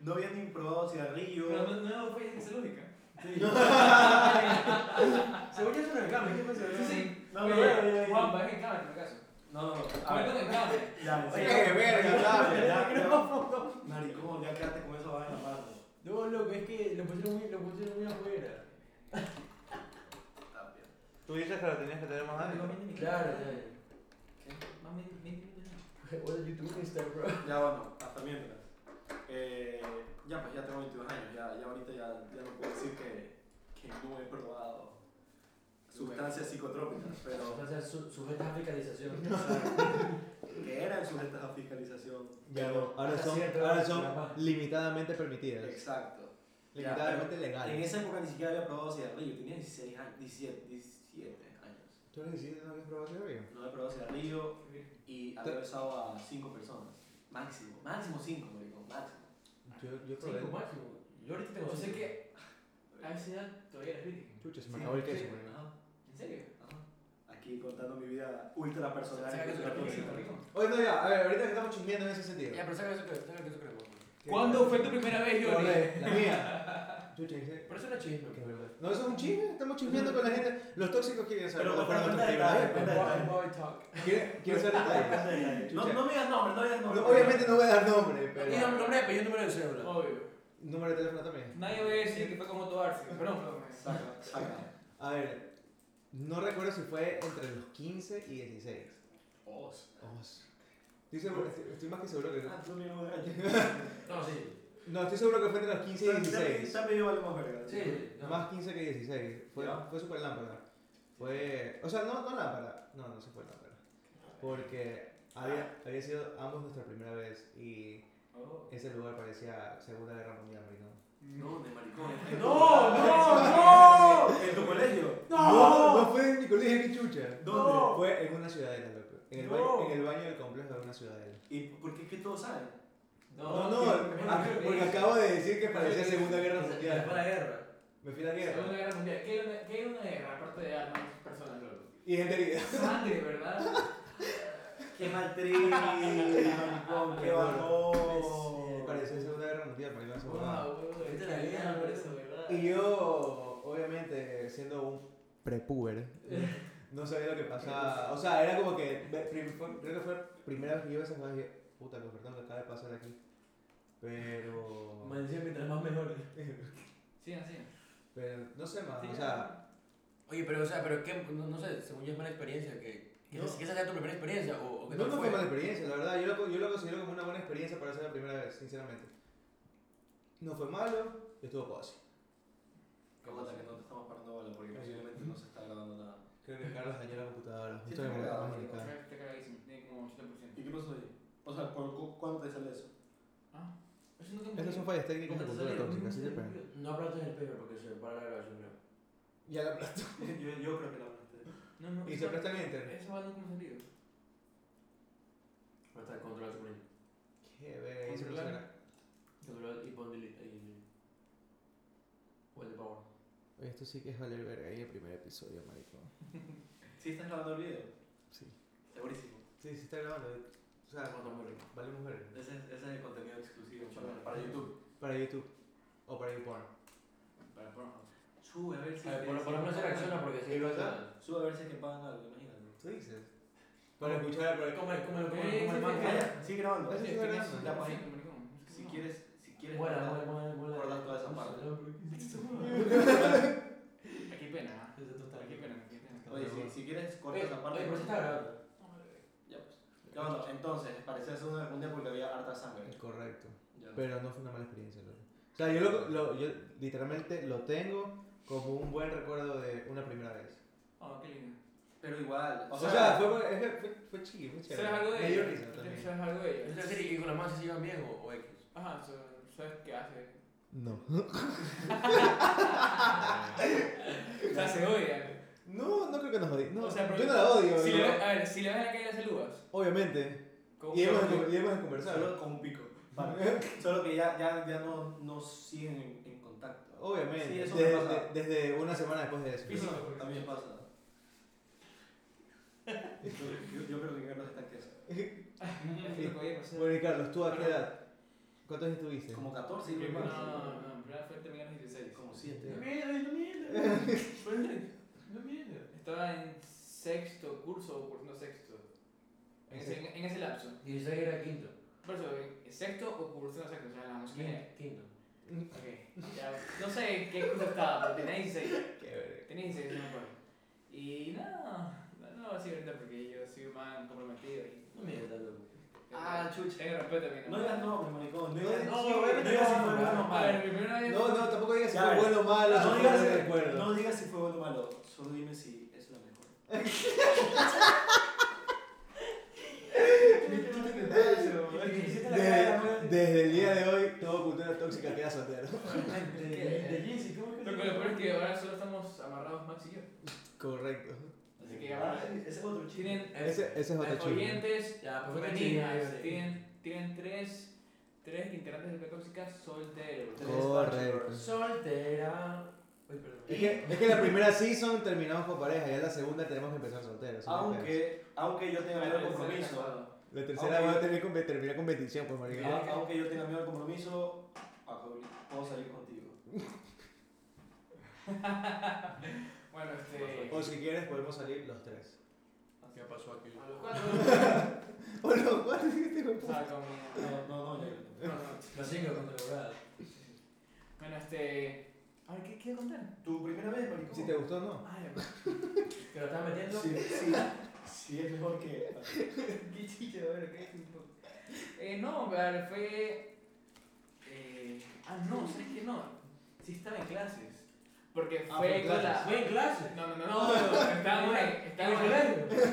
Speaker 4: no había ni probado cigarrillo.
Speaker 1: Pero no, no fue esa lógica.
Speaker 3: Sí. Seguro que eso no encama, ¿qué pasa?
Speaker 1: Sí, sí.
Speaker 4: No,
Speaker 1: Oye,
Speaker 4: no, no, no, no.
Speaker 1: Juan, vas en cámara, en mi caso.
Speaker 4: No, no, no. A
Speaker 1: A
Speaker 4: ver,
Speaker 1: ver, en cámara.
Speaker 4: ya, en
Speaker 2: ¡Qué
Speaker 4: serio.
Speaker 2: verga,
Speaker 4: Ya,
Speaker 2: dame!
Speaker 4: ya,
Speaker 3: No,
Speaker 4: Maricón, ya quédate con esa vaina, mano.
Speaker 3: loco, es que lo pusieron muy, lo pusieron muy afuera.
Speaker 2: Tú dices que lo tenías que tener más
Speaker 1: Más
Speaker 2: alto.
Speaker 1: veinte minutos.
Speaker 3: Claro, ya.
Speaker 1: ¿Qué? Más veinte- veinte minutos.
Speaker 3: Bueno, YouTube, Instagram, bro.
Speaker 4: Ya bueno, hasta mientras. Eh, ya pues ya tengo 22 años, ya, ya ahorita ya, ya no puedo decir que, que no he probado sustancias psicotrópicas, pero
Speaker 3: Entonces, su, sujetas a fiscalización.
Speaker 4: que eran sujetas a fiscalización.
Speaker 2: Ya
Speaker 4: pero-
Speaker 2: no, ahora
Speaker 3: Hasta
Speaker 2: son,
Speaker 3: cierto,
Speaker 2: ahora
Speaker 3: ¿verdad?
Speaker 2: son
Speaker 3: Capaz.
Speaker 2: limitadamente permitidas.
Speaker 4: Exacto. Ya,
Speaker 2: Limitadamente
Speaker 4: pero En
Speaker 2: legales.
Speaker 4: esa época ni siquiera había probado cigarrillo, tenía 16 años, 17, 17 años.
Speaker 2: ¿Tú eres 17 no habías probado cigarrillo?
Speaker 4: No había probado cigarrillo y había besado a 5 personas. Máximo, máximo 5, maricón, máximo.
Speaker 2: Yo, yo probé.
Speaker 3: Cinco máximo. Yo ahorita tengo
Speaker 1: O sea
Speaker 3: cinco.
Speaker 1: que a esa edad todavía eres virgen.
Speaker 2: Chucha, se me acabó el queso.
Speaker 1: Sí.
Speaker 2: güey.
Speaker 4: Ajá,
Speaker 1: ¿En serio?
Speaker 4: ajá. Aquí contando mi vida ultra personal.
Speaker 3: ¿Será que
Speaker 4: ultra
Speaker 3: soy
Speaker 4: tóxica.
Speaker 3: virgen?
Speaker 2: Oye, no, ya, a ver, ahorita que estamos chismeando en ese sentido.
Speaker 3: Ya, pero saca eso que saca que eso que
Speaker 2: ¿Qué?
Speaker 1: ¿Cuándo fue tu primera vez, Johnny?
Speaker 2: Corre, La mía. Chucha, dice.
Speaker 3: Por eso no es chisme.
Speaker 2: que es verdad. No, eso es un chisme, estamos chismeando con la gente. Los tóxicos quieren saber.
Speaker 4: Pero
Speaker 2: cuáles fueron
Speaker 4: cuenta
Speaker 2: nuestros
Speaker 4: detalles,
Speaker 2: primeros
Speaker 4: cuenta
Speaker 3: Boy, boy talk.
Speaker 2: besos. ¿Quieren quieren saber detalles?
Speaker 4: No, no me digas nombres, no digas
Speaker 2: No,
Speaker 4: nombres.
Speaker 2: obviamente no voy a dar nombre,
Speaker 3: Y dame
Speaker 2: pero.
Speaker 3: nombre de apellido, número de cédula.
Speaker 1: Obvio.
Speaker 2: Número de teléfono también.
Speaker 1: Nadie va a decir que fue como tu Arce. Perdón, perdón.
Speaker 4: Saca, saca.
Speaker 2: A ver, no recuerdo si fue entre los 15 y 16. Oh, sí. Estoy, seguro- estoy- estoy más que seguro que no.
Speaker 4: Ah, tú mismo,
Speaker 3: No, sí.
Speaker 2: No, estoy seguro que fue entre los 15 y 16.
Speaker 4: Sabe yo algo más verga.
Speaker 3: Sí. no.
Speaker 2: Más 15 que 16. Fue,
Speaker 4: Ya.
Speaker 2: fue super lámpara. Fue. O sea, no, no lámpara. No, no se fue lámpara. Porque había, había sido ambos nuestra primera vez y ese lugar parecía Segunda Guerra Mundial, americano.
Speaker 6: No, de maricones.
Speaker 3: No, no, no.
Speaker 4: ¿En tu colegio?
Speaker 2: No,
Speaker 3: No.
Speaker 2: no fue en mi colegio ni chucha.
Speaker 4: ¿Dónde?
Speaker 3: No.
Speaker 2: Fue en una ciudadela, loco. En el,
Speaker 3: No.
Speaker 2: baño, en el baño del complejo de una ciudadela.
Speaker 4: ¿Y por qué es que todos saben?
Speaker 2: No, no, ac- porque acabo de decir que parecía Segunda Guerra
Speaker 3: Después de
Speaker 2: Mundial.
Speaker 3: la guerra.
Speaker 2: Me fui a la
Speaker 1: Segunda
Speaker 2: guerra.
Speaker 1: Guerra Mundial. ¿Qué hay una, qué hay una guerra aparte de armas y personas, loco?
Speaker 2: Y gente "Ah, herida.
Speaker 1: Sangre, ¿verdad?
Speaker 4: ¡Qué mal trivia, maricón, ¡Qué valor!
Speaker 2: Parecía Segunda Guerra Mundial, maricón, esa huevada.
Speaker 1: Wow, huevo,
Speaker 3: Vete a
Speaker 1: qué
Speaker 3: la guerra,
Speaker 1: bien,
Speaker 3: bro.
Speaker 1: eso, ¿verdad?
Speaker 2: Y yo, obviamente, siendo un prepuber, no sabía lo que pasaba. O sea, era como que. ve- prim- fue- Creo que fue primera vez que yo a esas cosas y dije, puta, lo perdón que acaba de pasar aquí. Pero.
Speaker 3: Me decía mientras más mejor.
Speaker 1: Sí, así.
Speaker 2: Pero no sé,
Speaker 1: Ah,
Speaker 2: más. O sea,
Speaker 3: Oye, pero, o sea, pero qué, no, no sé, según yo es mala experiencia, que, que,
Speaker 2: No.
Speaker 3: esa- que esa sea tu primera experiencia, o, o que
Speaker 2: no, no fue mala experiencia, la verdad. Yo lo, yo lo considero como una buena experiencia para ser la primera vez, sinceramente. No fue malo, estuvo casi.
Speaker 6: Qué guata que no te estamos parando bola porque posiblemente no se está grabando nada.
Speaker 2: Creo que Carlos dañó la computadora.
Speaker 6: Sí,
Speaker 2: Justo
Speaker 6: te
Speaker 2: me
Speaker 6: creo, te
Speaker 2: mandaba a
Speaker 6: creo.
Speaker 2: Mónica.
Speaker 1: Está cagadísimo, tiene como 80%.
Speaker 6: ¿Y qué pasó ahí? O sea, ¿por cu- ¿cuándo te sale eso?
Speaker 1: Ah, eso no te
Speaker 2: Estas son fallas técnicas de cultura tóxica, así de pena.
Speaker 3: No aplastes el paper porque se para la grabación, creo.
Speaker 2: Ya la aplastó.
Speaker 4: Yo, yo creo que la hablaste.
Speaker 1: No, no.
Speaker 2: Y
Speaker 1: eso-
Speaker 2: se presta el internet.
Speaker 1: Eso va nunca me ha salido.
Speaker 3: Va a estar controlado por él.
Speaker 2: Qué verga, ahí se
Speaker 1: Controlar.
Speaker 2: puso
Speaker 3: Controlado y pon delete ahí en el... O el de power.
Speaker 2: Oye, Esto sí que es valer verga ahí el primer episodio, maricón.
Speaker 6: ¿Sí estás grabando el video?
Speaker 2: Sí.
Speaker 6: Segurísimo.
Speaker 2: Sí, sí está grabando. O
Speaker 6: Ah,
Speaker 2: sea,
Speaker 3: Vamos a morir.
Speaker 2: valemos verga.
Speaker 6: Ese es, ese es el contenido exclusivo para, para YouTube.
Speaker 2: Para YouTube. O para YouPorn.
Speaker 6: Para Pornhub. Sube a ver si.
Speaker 3: A ver, por, por lo menos se reacciona porque si
Speaker 2: ¿Y
Speaker 3: no
Speaker 2: verdad?
Speaker 3: nada.
Speaker 6: Sube a ver si es que pagan algo, imagínate.
Speaker 2: ¿Tú dices? Para escuchar el
Speaker 3: Pero
Speaker 2: proyecto.
Speaker 3: como el, como el, como el,
Speaker 1: Eh,
Speaker 3: como el
Speaker 1: sí, sí,
Speaker 3: manga. Guarda,
Speaker 4: Sigue grabando.
Speaker 2: Eso
Speaker 6: Sí,
Speaker 2: sí está
Speaker 6: tienes
Speaker 2: grabando.
Speaker 6: la
Speaker 1: No sé,
Speaker 6: página.
Speaker 1: maricón, es que
Speaker 6: Si
Speaker 1: no.
Speaker 6: quieres, si quieres.
Speaker 3: guarda,
Speaker 6: guardar-
Speaker 3: guarda, guarda.
Speaker 6: Guarda toda esa parte.
Speaker 1: Ah, Qué pena, ah.
Speaker 3: Ese tú estás
Speaker 1: Qué
Speaker 3: aquí.
Speaker 1: pena, qué pena.
Speaker 6: Oye, si, si quieres, corta esa parte.
Speaker 3: Oye, pero sí está grabando.
Speaker 6: Ya, pues. Ya, bueno, entonces, parecía ser una mundial porque había harta sangre.
Speaker 2: Correcto.
Speaker 6: Ya.
Speaker 2: Pero no fue una mala experiencia, loco. O sea, yo, lo, lo- yo literalmente lo tengo como un buen recuerdo de una primera vez.
Speaker 1: Oh, qué lindo.
Speaker 6: Pero igual.
Speaker 2: O sea, fue, fue, fue, fue chill, fue chévere.
Speaker 1: ¿Sabes algo de
Speaker 2: Me dio
Speaker 1: ella?
Speaker 2: risa también.
Speaker 1: ¿Sabes algo de ella?
Speaker 3: Entonces, ¿la serie ¿y con las manos se llevan bien o, o X?
Speaker 1: Ajá, so- ¿sabes qué hace?
Speaker 2: No.
Speaker 1: O sea, se odia.
Speaker 2: No, no creo que nos odie. No,
Speaker 1: O sea,
Speaker 2: yo
Speaker 1: porque-
Speaker 2: no la odio,
Speaker 1: Si le
Speaker 2: ¿no?
Speaker 1: ves- a ver, si le ves en la calle, le saludas.
Speaker 2: obviamente.
Speaker 1: Con un
Speaker 2: Y hemos,
Speaker 1: saludo.
Speaker 2: de- y hemos de conversar.
Speaker 6: Solo con un pico. Vale. Solo que ya, ya, ya no, no siguen en, en contacto.
Speaker 2: Obviamente.
Speaker 6: Sí, eso me
Speaker 2: desde,
Speaker 6: pasa.
Speaker 2: de- desde una semana después de eso.
Speaker 6: Físico
Speaker 1: Físico.
Speaker 6: también pasa. yo, yo creo que Carlos está queso.
Speaker 1: Mm, Es que lo podía pasar.
Speaker 2: Bueno, y Carlos, ¿tú a qué edad? ¿Cuántos años tuviste?
Speaker 6: Como 14 y
Speaker 1: No,
Speaker 6: más.
Speaker 1: no, no, en primera fue terminar los 16.
Speaker 6: Como 7.
Speaker 3: mierda, no mierda. No mierda.
Speaker 1: Estaba en sexto curso o curso sexto. En ese, en, en ese lapso.
Speaker 3: 16 era quinto.
Speaker 1: Por eso, en sexto o curso sexto, o sea, la música. general.
Speaker 3: Quinto.
Speaker 1: Ok, ya, no sé en qué curso estaba, pero tenía 16.
Speaker 2: Qué verga.
Speaker 1: Tenía 16, no me acuerdo. Y nada, no, no, así ahorita porque yo soy un man comprometido y.
Speaker 3: No mierda, loco.
Speaker 6: Ah, chucha.
Speaker 1: Tengo respeto a mi
Speaker 6: No
Speaker 1: novia.
Speaker 6: digas nombres, maricón. No digas
Speaker 2: No,
Speaker 6: no,
Speaker 2: obviamente
Speaker 6: digas si
Speaker 2: no.
Speaker 6: fue bueno o
Speaker 1: A ver,
Speaker 6: malo.
Speaker 1: mi primera vez.
Speaker 2: No, no, tampoco digas si
Speaker 6: Ya,
Speaker 2: fue
Speaker 6: ves.
Speaker 2: bueno o malo,
Speaker 6: No
Speaker 2: si fue
Speaker 6: digas-
Speaker 2: buen recuerdo.
Speaker 6: No digas si fue bueno o malo. Solo dime si es la mejor.
Speaker 2: De- desde el día de hoy, todo cultura tóxica queda soltero.
Speaker 3: De Jinzy, ¿cómo es
Speaker 1: Lo que lo peor es que ahora solo estamos amarrados Max y yo.
Speaker 2: Correcto.
Speaker 1: Así que ahora
Speaker 6: Ah, Ese es otro chiste.
Speaker 1: tienen
Speaker 2: Ese, ese es otro
Speaker 1: eh,
Speaker 2: chisme.
Speaker 1: oyentes
Speaker 3: Ya, pues fue
Speaker 1: femeninas. Tienen, tienen tres, tres integrantes de la tóxica solteros.
Speaker 6: Tres
Speaker 2: Correcto.
Speaker 6: bachelors.
Speaker 3: Soltera. Uy, perdón.
Speaker 2: Es que, es que la primera season terminamos con pareja, ya la segunda tenemos que empezar solteros. ¿sí?
Speaker 6: Aunque, aunque yo tenga miedo al compromiso.
Speaker 2: La tercera
Speaker 6: aunque-
Speaker 2: va a tener que terminar con bendición, pues, marica.
Speaker 6: Ah, Aunque yo tenga miedo al compromiso, Paco, puedo salir contigo.
Speaker 1: Bueno, este.
Speaker 2: O si quieres, podemos salir los tres.
Speaker 3: ¿Qué pasó aquí?
Speaker 1: A los cuatro.
Speaker 2: O no, ¿cuál es este
Speaker 1: o sea, como-
Speaker 4: No, no, no, ya.
Speaker 1: no, no.
Speaker 3: La single contra la brada.
Speaker 1: Bueno, este. A ver, ¿qué quiero contar?
Speaker 4: ¿Tu primera vez, maricón?
Speaker 2: Si te gustó o no.
Speaker 1: Ay,
Speaker 3: Que lo estaba metiendo.
Speaker 4: Sí, sí. Sí, es mejor que.
Speaker 1: Qué chicha, a ver, qué tipo. Eh, no, pero fue. Eh, ah, no, ¿sabes qué no? Sí estaba en clases. Porque
Speaker 2: Ah,
Speaker 1: fue
Speaker 2: fue
Speaker 1: con la.
Speaker 2: clases.
Speaker 3: Fue en clase.
Speaker 1: No, no, no, no, estábamos en. Estábamos en.
Speaker 3: colegio.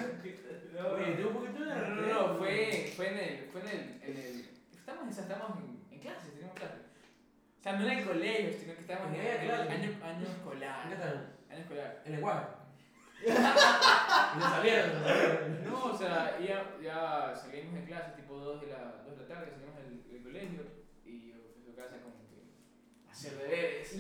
Speaker 1: No,
Speaker 3: Oye, tengo un poquito de
Speaker 1: no, no, no, fue, fue en el. Fue en el. En el estábamos, en- estábamos en, en clases, teníamos clases. O sea, no en el colegio, sino que estábamos en,
Speaker 3: Media
Speaker 1: en el
Speaker 3: clase.
Speaker 1: año, año
Speaker 3: ¿Qué
Speaker 1: escolar.
Speaker 3: tal?
Speaker 1: Año escolar.
Speaker 3: En el guaje. Y le salieron. le salieron.
Speaker 1: No, o sea, ya, ya salimos de clase tipo 2 de la, 2 de la tarde, salimos del, del colegio y yo fui a su casa como que a hacer deberes.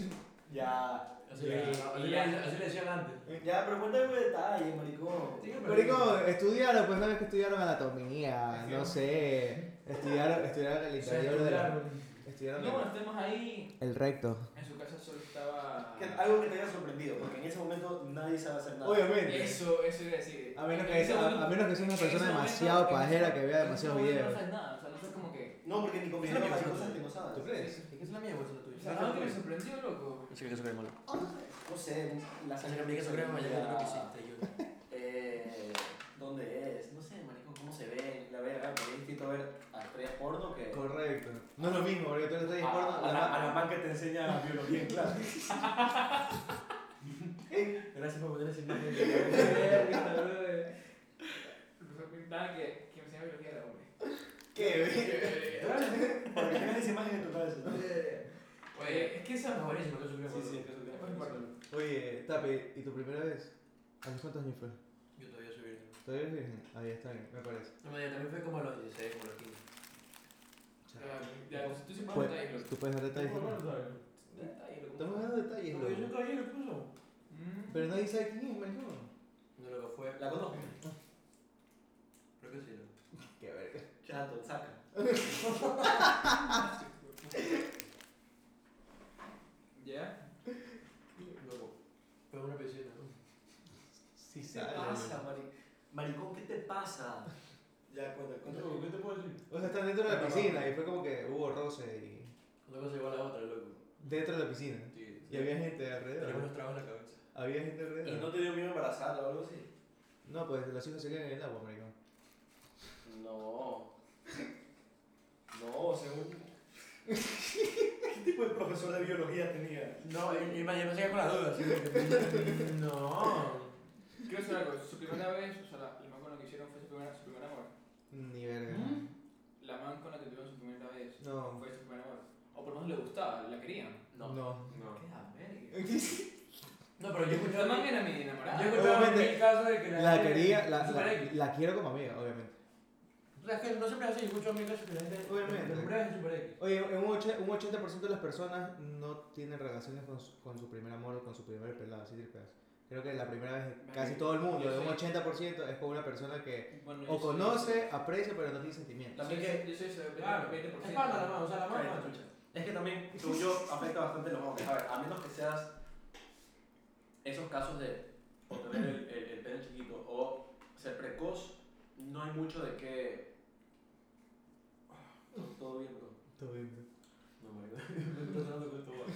Speaker 4: Ya. Eh,
Speaker 3: Así le- así le- así le decían antes.
Speaker 4: Ya, pero cuéntame detalles, maricón.
Speaker 3: Sí, pero-
Speaker 2: Marico, estudiaron, pues sabes que estudiaron anatomía, no sé. Estudiaron, estudiaron el
Speaker 3: O sea,
Speaker 2: interior de la.
Speaker 3: estudiaron.
Speaker 2: Estudiaron
Speaker 1: No, bueno,
Speaker 2: el,
Speaker 1: estamos ahí,
Speaker 2: el recto.
Speaker 1: en su casa solo estaba...
Speaker 4: Que- algo que te haya sorprendido, porque en ese momento nadie sabe hacer nada.
Speaker 2: Obviamente.
Speaker 1: Eso, eso iba a decir.
Speaker 2: A menos
Speaker 1: En
Speaker 2: que,
Speaker 1: ese
Speaker 2: a, a
Speaker 1: momento-
Speaker 2: menos que seas una
Speaker 1: en ese
Speaker 2: persona
Speaker 1: momento-
Speaker 2: demasiado
Speaker 1: en ese-
Speaker 2: pajera que vea
Speaker 1: en ese
Speaker 2: demasiados
Speaker 1: momento
Speaker 2: videos.
Speaker 1: No sabes nada, o sea, no sabes como que...
Speaker 4: No, porque ni
Speaker 3: Mira,
Speaker 4: confesaron las
Speaker 3: mira,
Speaker 4: cosas
Speaker 3: mira.
Speaker 4: que no sabes.
Speaker 2: ¿Tú crees?
Speaker 3: ¿Qué es la mía, bolsa, la tuya?
Speaker 1: O sea, algo que me sorprendió, loco.
Speaker 6: Yo creo que eso es malo.
Speaker 4: No sé, la
Speaker 6: Yo creo que eso es malo, yo creo que sí, te ayuda.
Speaker 4: Eh, ¿Dónde es? No sé, maricón, cómo se ve. La verga, porque es distinto ver a estrellas porno que.
Speaker 2: Correcto. No es lo mismo, porque tú le estás
Speaker 4: a,
Speaker 2: dispuesto
Speaker 4: a la, a la
Speaker 2: la
Speaker 4: man Ah, que te enseña biología en clase.
Speaker 3: Gracias por poner ese nombre.
Speaker 1: Nada que, que me enseñaba biología era hombre.
Speaker 2: ¿Qué?
Speaker 4: Para que tengas esa imagen en tu cabeza. ¿no?
Speaker 1: Oye, es que eso
Speaker 3: Está buenísimo, que
Speaker 4: Sí,
Speaker 3: sufrimos.
Speaker 4: sí, eso que-
Speaker 1: Después me acuerdo.
Speaker 2: Oye, Tape, ¿y tu primera vez? ¿A los cuántos años fue?
Speaker 6: Yo todavía soy virgen.
Speaker 2: ¿Todavía eres virgen? Ahí está bien, me parece.
Speaker 6: No, mañana también fue como a los 16, como a los 15.
Speaker 1: Ya, ya, tú siempre
Speaker 2: Pues-
Speaker 1: estás ahí, loco.
Speaker 2: ¿Tú puedes dar detalles?
Speaker 3: No,
Speaker 2: también?
Speaker 3: no, no.
Speaker 2: Estamos dando detalles,
Speaker 3: Porque yo soy
Speaker 2: loco.
Speaker 3: un caballero, ¿qué pasó?
Speaker 1: Mm.
Speaker 2: Pero nadie sabe quién es, maricón.
Speaker 6: No, lo que fue.
Speaker 4: La conozco.
Speaker 6: Creo que sí, ¿no?
Speaker 2: Qué verga.
Speaker 4: Chato, saca.
Speaker 1: ¿Ya?
Speaker 3: Luego, fue a una piscina.
Speaker 2: Sí
Speaker 4: ¿Qué te pasa, mari- maricón? ¿Qué te pasa? Ya, cuenta, cuenta.
Speaker 3: Loco, ¿Qué te puedo decir?
Speaker 2: O sea, están dentro de la piscina y fue como que hubo roce y...
Speaker 3: Una cosa igual a la otra, loco.
Speaker 2: Dentro de la piscina.
Speaker 3: Sí.
Speaker 2: Y había gente
Speaker 3: Tenemos
Speaker 2: alrededor.
Speaker 3: unos tragos en la cabeza.
Speaker 2: Había gente
Speaker 4: ¿Y no
Speaker 2: alrededor.
Speaker 4: te dio miedo embarazada o algo así?
Speaker 2: No, pues los hijos se quedan en el agua, maricón.
Speaker 4: No. No, según. ¿Qué tipo de profesor de biología tenía?
Speaker 3: No, y, y me yo me seguía con las dudas. ¿sí? no.
Speaker 1: Quiero decir algo, su primera vez, o sea, la, la man con la que hicieron fue su, primera, su primer amor.
Speaker 2: Ni verga.
Speaker 3: ¿Mm?
Speaker 4: Mm.
Speaker 1: La man con la que tuvieron su primera vez
Speaker 2: No.
Speaker 1: fue su primer amor. O por lo menos le gustaba, la querían.
Speaker 6: No.
Speaker 2: No.
Speaker 3: No.
Speaker 1: ¿Qué la verga?
Speaker 2: Sí,
Speaker 3: No, pero yo
Speaker 1: La man
Speaker 3: escuchaba.
Speaker 1: era mi
Speaker 3: Yo
Speaker 1: enamorada.
Speaker 3: escuchaba
Speaker 2: Obviamente,
Speaker 3: mil casos de que la
Speaker 2: La
Speaker 3: gente-
Speaker 2: quería, la,
Speaker 3: su
Speaker 2: la,
Speaker 3: pareja-
Speaker 2: la quiero como amiga, obviamente.
Speaker 3: O sea, es que no siempre es así. Yo escucho mil casos que la gente.
Speaker 2: Obviamente.
Speaker 3: Los hombres es super X.
Speaker 2: Oye, en un, oche- un 80% de las personas no tienen relaciones con su, con su primer amor o con su primer pelado, así tripeas. Creo que la primera vez de casi todo el mundo, de un 80%, es con una persona que
Speaker 1: Bueno, yo soy-
Speaker 2: o conoce, aprecia, pero no tiene sentimientos.
Speaker 1: También
Speaker 3: Así
Speaker 1: yo soy ese
Speaker 3: Claro.
Speaker 1: 20%.
Speaker 3: Es para la mano, o sea, la mano es para la chucha.
Speaker 4: Es que también, según yo, afecta bastante a los hombres. A ver, a menos que seas esos casos de o tener el, el, el pene chiquito o ser precoz, no hay mucho de que. Todo bien, bro.
Speaker 2: Todo bien.
Speaker 4: No, marico.
Speaker 3: Estoy sonando con tu voz.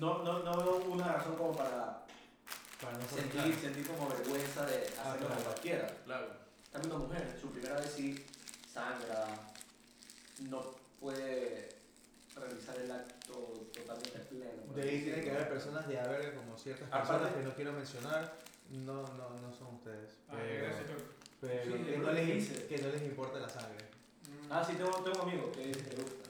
Speaker 4: no, no, no veo una razón como para
Speaker 2: Para no
Speaker 4: sentir,
Speaker 2: forzar.
Speaker 4: sentir como vergüenza de
Speaker 2: Ah,
Speaker 4: hacerlo
Speaker 2: claro.
Speaker 4: con cualquiera.
Speaker 3: Claro.
Speaker 4: También una mujer, su primera vez sí sangra, no puede realizar el acto totalmente pleno. por
Speaker 2: De
Speaker 4: así
Speaker 2: ahí tiene que
Speaker 4: decirlo.
Speaker 2: haber personas de a verga como ciertas
Speaker 4: Aparte-
Speaker 2: personas que no quiero mencionar, no, no, no son ustedes.
Speaker 1: Ah, ya,
Speaker 2: Pero,
Speaker 1: gracias, loco.
Speaker 2: pero
Speaker 4: Sí,
Speaker 2: que,
Speaker 4: lo
Speaker 2: no
Speaker 4: que
Speaker 2: les,
Speaker 4: dices.
Speaker 2: que no les importa la sangre.
Speaker 1: Mm.
Speaker 4: Ah, sí, tengo, tengo un amigo que le gusta.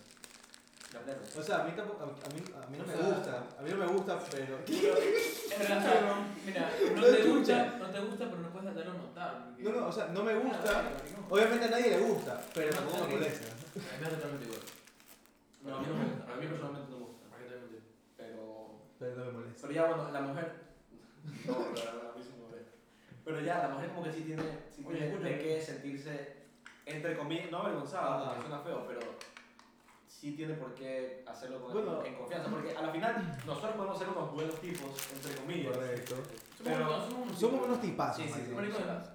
Speaker 4: La plena.
Speaker 2: O sea, a mí, tampoco, a, a mí, a mí no
Speaker 1: O
Speaker 2: me
Speaker 1: sea-
Speaker 2: gusta, a mí no me gusta, pero...
Speaker 1: Es verdad, mira, no
Speaker 2: No
Speaker 1: te gusta,
Speaker 2: chucha.
Speaker 1: no te gusta, pero no puedes hacerlo notar. porque-
Speaker 2: No, no, o sea, no me
Speaker 1: Ah,
Speaker 2: gusta,
Speaker 1: verga, no.
Speaker 2: obviamente a nadie le gusta, pero
Speaker 6: No,
Speaker 2: tampoco me
Speaker 6: sí.
Speaker 2: molesta.
Speaker 6: A mí me da totalmente igual.
Speaker 4: No, a mí no me gusta. A mí personalmente no me gusta.
Speaker 6: ¿Para qué te voy a mentir?
Speaker 4: Pero.
Speaker 2: Pero no me molesta.
Speaker 4: Pero ya, bueno, la mujer. No, pero la- a mí sí me molesta. Pero ya, la mujer como que sí tiene, sí
Speaker 3: Oye,
Speaker 4: tiene
Speaker 3: escúchame.
Speaker 4: de qué sentirse, entre comillas, no avergonzada,
Speaker 2: Ajá.
Speaker 4: porque suena feo, pero sí tiene por qué hacerlo con
Speaker 2: Bueno.
Speaker 4: en confianza. Porque a la final nosotros podemos ser unos buenos tipos, entre comillas.
Speaker 2: Correcto.
Speaker 4: Pero-
Speaker 1: unos- somos unos-
Speaker 2: Somos unos
Speaker 1: Ah,
Speaker 2: tipazos.
Speaker 4: Sí, sí,
Speaker 2: marico.
Speaker 1: Marico,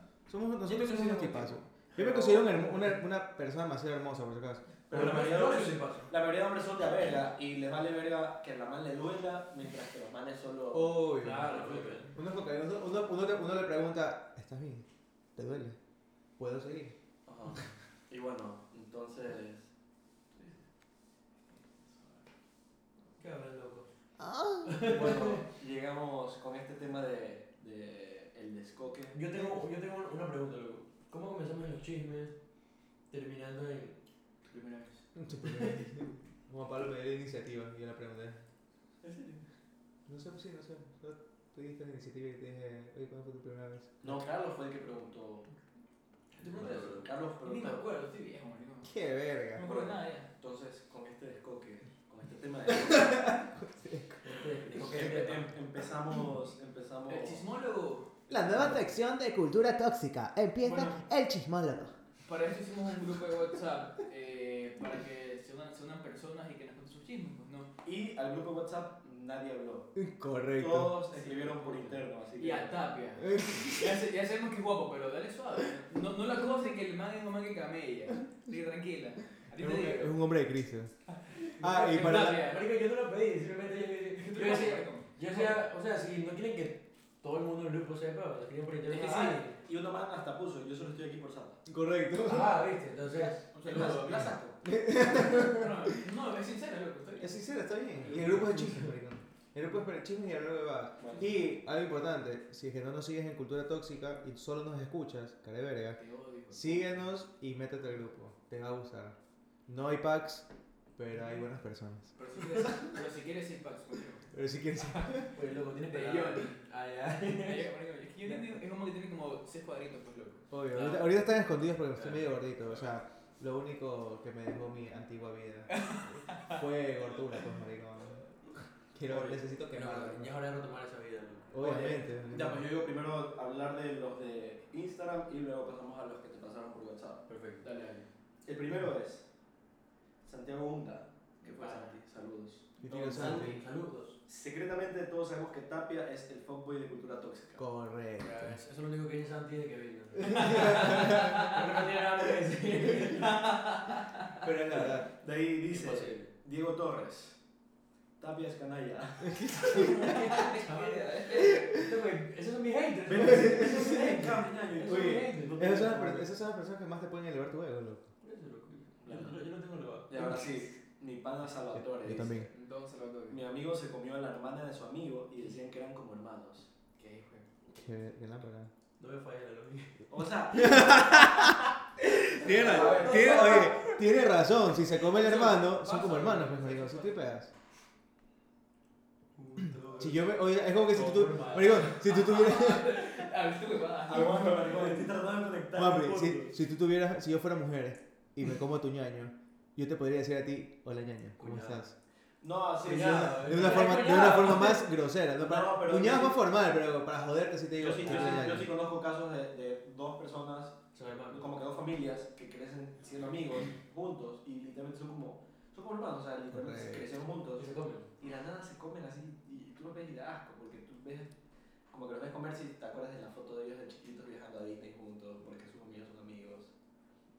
Speaker 1: Yo me
Speaker 2: Somos, nosotros somos
Speaker 1: considero
Speaker 2: unos
Speaker 1: un
Speaker 2: tipazos.
Speaker 1: tipo.
Speaker 2: Yo me
Speaker 4: Pero-
Speaker 2: considero una, hermo- una, una persona demasiado hermosa, por si acaso.
Speaker 4: Pero la mayoría de
Speaker 3: yo
Speaker 4: los-
Speaker 3: soy paso.
Speaker 4: La mayoría de hombres son de a verga y les vale verga que la man le duela, mientras que los manes solo.
Speaker 2: Obvio.
Speaker 3: Claro, Felipe.
Speaker 2: Uno, es cocaína, uno, uno, uno le- uno le pregunta, ¿estás bien? ¿Te duele? ¿Puedo seguir?
Speaker 4: Ajá. Y bueno, entonces.
Speaker 3: Cabrón, loco.
Speaker 4: Bueno, llegamos con este tema de, de el descoque.
Speaker 3: Yo tengo, yo tengo una pregunta, loco. ¿Cómo comenzamos en los chismes terminando en
Speaker 1: Primera vez.
Speaker 2: Como Pablo me dio la iniciativa y yo le pregunté.
Speaker 4: ¿En serio?
Speaker 2: No sé, sí, no sé. Solo Tú diste la iniciativa y te dije, oye, ¿cuándo fue tu primera vez?
Speaker 4: No, Carlos fue el que preguntó.
Speaker 3: ¿Te preguntas?
Speaker 4: Carlos
Speaker 1: Ni me
Speaker 4: preguntó.
Speaker 1: acuerdo, estoy viejo, marico. No
Speaker 2: ¡Qué
Speaker 1: me
Speaker 2: verga!
Speaker 1: acuerdo de nada ya.
Speaker 4: Entonces, con este descoque, con este tema de. Em- em- empezamos. empezamos
Speaker 1: El chismólogo.
Speaker 2: La nueva sección de cultura tóxica. Empieza
Speaker 1: Bueno.
Speaker 2: el chismólogo.
Speaker 1: Para eso hicimos un grupo de WhatsApp eh, para que se unan, se unan personas y que nos cuenten sus chismes, pues, ¿no?
Speaker 4: Y al grupo WhatsApp nadie habló.
Speaker 2: Correcto.
Speaker 4: Todos escribieron por interno, así que.
Speaker 1: Y a Tapia. Ya, se- ya sabemos que es guapo, pero dale suave. No, no la acosen que el man es un man que camella. Sí, tranquila. A ti te
Speaker 2: Es
Speaker 1: digo.
Speaker 2: un hombre de Cristo. Ah, y para.
Speaker 1: Tapia.
Speaker 3: Marico, yo no lo pedí, simplemente
Speaker 1: ¿Qué
Speaker 3: yo le
Speaker 1: te
Speaker 3: yo
Speaker 1: pasa,
Speaker 3: decía,
Speaker 1: marico?
Speaker 3: yo sea, o sea, si no quieren que todo el mundo en el grupo sepa, lo escriben por
Speaker 4: Es
Speaker 3: internet.
Speaker 4: que sí,
Speaker 3: Ah,
Speaker 4: y uno más hasta puso, yo solo estoy aquí por Santa.
Speaker 2: Correcto.
Speaker 3: Ah, viste, entonces.
Speaker 1: Un saludo.
Speaker 4: La saco.
Speaker 1: No, no, es sincero, loco. Estoy bien.
Speaker 2: Es sincero, está bien. Y el grupo es de chismes, maricón. El grupo es para chismes y el grupo va.
Speaker 4: Bueno.
Speaker 2: Y algo importante, si es que no nos sigues en Cultura Tóxica y solo nos escuchas, care verga,
Speaker 1: Te odio.
Speaker 2: síguenos y métete al grupo. Te va a gustar. No hay packs, pero hay buenas personas.
Speaker 1: Pero si quieres, pero si quieres sin packs, marico.
Speaker 2: Pero si quieres...
Speaker 3: Pues loco, tienes
Speaker 1: De
Speaker 3: pegado.
Speaker 1: Johnny.
Speaker 3: Ah, ya.
Speaker 1: Marico, marico, Es que yo entiendo, es como que tiene como seis cuadritos, pues, loco.
Speaker 2: Obvio,
Speaker 1: Ah.
Speaker 2: ahorita, ahorita están escondidos porque estoy
Speaker 1: Claro.
Speaker 2: medio gordito. O sea, lo único que me dejó mi antigua vida fue gordura, pues, maricón. Quiero,
Speaker 4: Oye,
Speaker 2: necesito quemarla.
Speaker 3: Pero
Speaker 2: ¿no?
Speaker 3: Ya es hora de retomar esa vida, loco.
Speaker 2: Obviamente.
Speaker 4: Ya, pues yo digo primero hablar de los de Instagram y luego pasamos a los que te pasaron por WhatsApp.
Speaker 3: Perfecto.
Speaker 1: Dale, dale.
Speaker 4: El primero es Santiago Hunda. ¿Qué fue,
Speaker 1: Ah.
Speaker 4: Santi? Saludos.
Speaker 2: Y tiro Santi.
Speaker 3: Saludos.
Speaker 4: Secretamente todos sabemos que Tapia es el fuckboy de cultura tóxica.
Speaker 2: Correcto.
Speaker 3: Eso es lo único que dice Santi de que venga. Creo que no tiene nada que decir.
Speaker 2: Pero es la verdad.
Speaker 4: De ahí dice
Speaker 3: Imposible.
Speaker 4: Diego Torres. Tapia es canalla.
Speaker 3: Ah,
Speaker 1: este.
Speaker 3: Loco, Esos son mis haters.
Speaker 4: Pero
Speaker 3: loco.
Speaker 4: ese-
Speaker 3: Esos
Speaker 4: ese
Speaker 3: son mis
Speaker 4: es el
Speaker 3: haters.
Speaker 4: cambio, ñaño, eso
Speaker 2: Oye,
Speaker 4: es el cambio.
Speaker 2: Esas son, las, per- esas son las personas que más te pueden elevar tu ego, loco.
Speaker 3: Por eso, loco. Yo no- yo no tengo elevado.
Speaker 4: Y ahora sí, mi pana Salvatore.
Speaker 2: Yo
Speaker 4: dice,
Speaker 2: también.
Speaker 1: Entonces lo doy.
Speaker 4: Mi amigo se comió a la hermana de su amigo y decían que eran como hermanos.
Speaker 1: Qué hijo.
Speaker 2: Qué, qué lámpara.
Speaker 3: No me falla la lógica.
Speaker 4: O sea,
Speaker 2: Tiene,
Speaker 4: ra-
Speaker 2: tiene, oye, tiene razón. Si se come el
Speaker 1: Eso
Speaker 2: hermano, son
Speaker 1: pasa,
Speaker 2: como hermanos, pues,
Speaker 1: ¿no?
Speaker 2: maricón. Si te pegas.
Speaker 3: Puto.
Speaker 2: Si yo me, oye, es como que si tú,
Speaker 3: Como
Speaker 2: tú
Speaker 3: hermano.
Speaker 2: maricón, si tú tuvieras...
Speaker 1: Ah, viste que va.
Speaker 4: aguanta, maricón, estoy tratando de conectar.
Speaker 2: Papi,
Speaker 4: el punto.
Speaker 2: si, si tú tuvieras, si yo fuera mujer y me como a tu ñaño, yo te podría decir a ti, hola ñaño, ¿cómo
Speaker 3: Cuñado.
Speaker 2: estás?
Speaker 4: No, sí,
Speaker 3: Cuñado,
Speaker 4: Pues ya.
Speaker 2: De una forma, de una forma más grosera, ¿no? Para,
Speaker 4: No, pero
Speaker 2: cuñado es
Speaker 4: yo-
Speaker 2: más formal, pero para joderte si te digo,
Speaker 4: Yo sí, yo, sí,
Speaker 2: "Hola, ñaño".
Speaker 4: yo sí conozco casos de, de dos personas,
Speaker 3: Son hermanos.
Speaker 4: como que dos familias, que crecen siendo amigos juntos y literalmente son como, son como hermanos, o sea, literalmente
Speaker 2: Correcto.
Speaker 4: crecieron
Speaker 3: Todos
Speaker 4: juntos
Speaker 3: se comen.
Speaker 4: y de la nada se comen así y tú lo ves y da asco porque tú ves, como que los ves comer si te acuerdas de la foto de ellos de chiquitos viajando a Disney juntos porque sus amigos son amigos.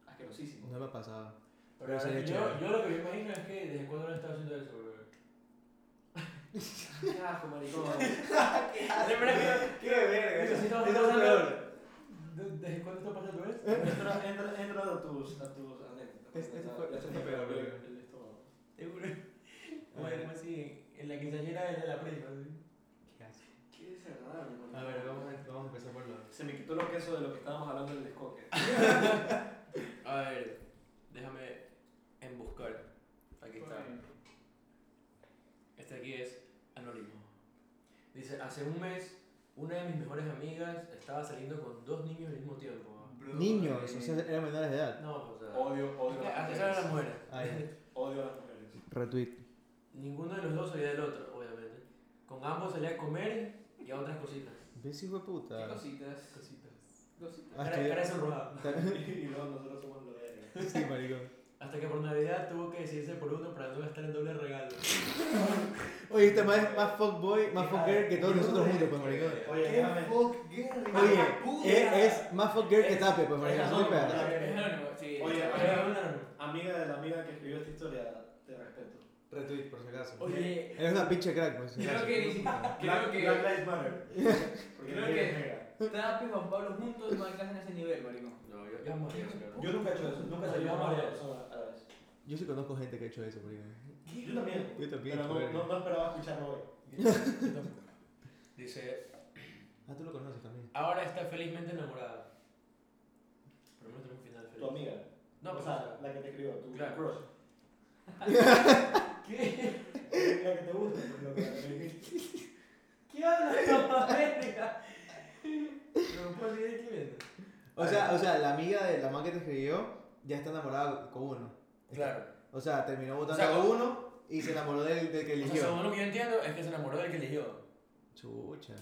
Speaker 4: Asquerosísimo.
Speaker 2: No me ha pasado.
Speaker 3: Pero
Speaker 2: Pero sería
Speaker 3: yo,
Speaker 2: chévere.
Speaker 3: yo lo que me imagino es que desde cuándo no estaba haciendo eso, bro.
Speaker 4: Qué asco, maricón.
Speaker 2: ¡Qué verga!
Speaker 3: Eso sí estaba pensando. ¿De- ¿Desde cuándo está pasando esto?
Speaker 4: entra, entra, entra a tus, a tus anécdotas.
Speaker 2: Este- este
Speaker 4: Ya-
Speaker 2: fue-
Speaker 4: ya
Speaker 2: este
Speaker 4: se
Speaker 2: fue
Speaker 4: me
Speaker 2: peor,
Speaker 4: abrió
Speaker 2: creo.
Speaker 4: el- el estómago.
Speaker 3: Seguro. Bueno, como así, en la quinceañera de la prima. ¿sí?
Speaker 4: Qué desagradable, maricón.
Speaker 2: A ver, vamos a, vamos a empezar por lo...
Speaker 4: Se me quitó los quesos de lo que estábamos hablando del descoque.
Speaker 3: A ver, déjame embuscar. Aquí está. Este aquí es anónimo. Dice, hace un mes, una de mis mejores amigas estaba saliendo con dos niños al mismo tiempo.
Speaker 2: Niños, o sea, eran menores de edad.
Speaker 3: No, o sea...
Speaker 4: Odio, odio a las
Speaker 3: Así son las
Speaker 4: mujeres.
Speaker 3: mujeres.
Speaker 2: Ah, ya.
Speaker 4: Odio a las mujeres.
Speaker 2: Retweet.
Speaker 3: Ninguno de los dos sabía del otro, obviamente. Con ambos salía a comer y a otras cositas.
Speaker 2: ¿Ves, hijo de
Speaker 1: ¿Qué
Speaker 2: puta?
Speaker 1: cositas?
Speaker 3: Cositas.
Speaker 1: Cositas.
Speaker 2: Ah,
Speaker 3: Cara,
Speaker 2: estoy-
Speaker 3: cara sonrojada.
Speaker 4: y luego nosotros somos los vergas.
Speaker 2: Sí, maricón.
Speaker 3: Hasta que por Navidad tuvo que decidirse por uno para no gastar en doble regalo.
Speaker 2: Oye, este man es más fuckboy, más fucker que todos Ah, nosotros juntos, pues, maricón.
Speaker 4: Oye, déjame.
Speaker 6: fuck girl?
Speaker 2: Oye, él es más fucker que Tape, pues, maricón. No hay pedo.
Speaker 1: Es anónimo, sí.
Speaker 4: Oye,
Speaker 1: es
Speaker 4: oye,
Speaker 1: anónimo.
Speaker 4: Amiga de la amiga que escribió esta historia, te respeto.
Speaker 2: Retweet, por si acaso.
Speaker 3: Oye,
Speaker 2: Eres una pinche crack, por si
Speaker 1: Creo
Speaker 2: acaso.
Speaker 1: que ni-
Speaker 4: Black,
Speaker 1: creo que-
Speaker 4: Black Lives Matter. Porque
Speaker 1: Creo
Speaker 4: la vida
Speaker 1: que-
Speaker 4: es negra.
Speaker 1: Tap y Juan Pablo juntos no alcanzan ese nivel, maricón.
Speaker 6: No, yo,
Speaker 3: Yo amo
Speaker 6: yo-
Speaker 3: a
Speaker 6: yo-
Speaker 3: Dios.
Speaker 4: Yo nunca he hecho eso, nunca he
Speaker 3: Yo
Speaker 4: salido
Speaker 3: amo
Speaker 4: con
Speaker 3: a
Speaker 4: varias
Speaker 3: Dios.
Speaker 4: personas a la vez.
Speaker 2: Yo sí conozco gente que ha hecho eso, maricón.
Speaker 4: Yo también.
Speaker 2: Yo también,
Speaker 4: Pero no,
Speaker 2: joder.
Speaker 4: no, no esperaba escucharlo hoy.
Speaker 3: Dice,
Speaker 2: Ah, tú lo conoces también.
Speaker 3: ahora está felizmente enamorada. Por lo menos tenemos un final feliz.
Speaker 4: Tu amiga.
Speaker 3: No,
Speaker 4: o
Speaker 3: pues
Speaker 4: sea, la que te escribió, tu
Speaker 3: Claro.
Speaker 4: crush.
Speaker 3: ¿Qué?
Speaker 4: La que te gusta, pues, lo que la que-
Speaker 3: ¿Qué hablas, papá? Verga. Pero no pues, puedo seguir escribiendo.
Speaker 2: O sea, o sea, la amiga de la man que te escribió ya está enamorada con uno.
Speaker 3: Claro.
Speaker 2: O sea, terminó votando
Speaker 3: O sea,
Speaker 2: a uno y se enamoró del, del que
Speaker 3: O sea,
Speaker 2: eligió.
Speaker 3: según lo que yo entiendo, es que se enamoró del que eligió.
Speaker 2: Chucha.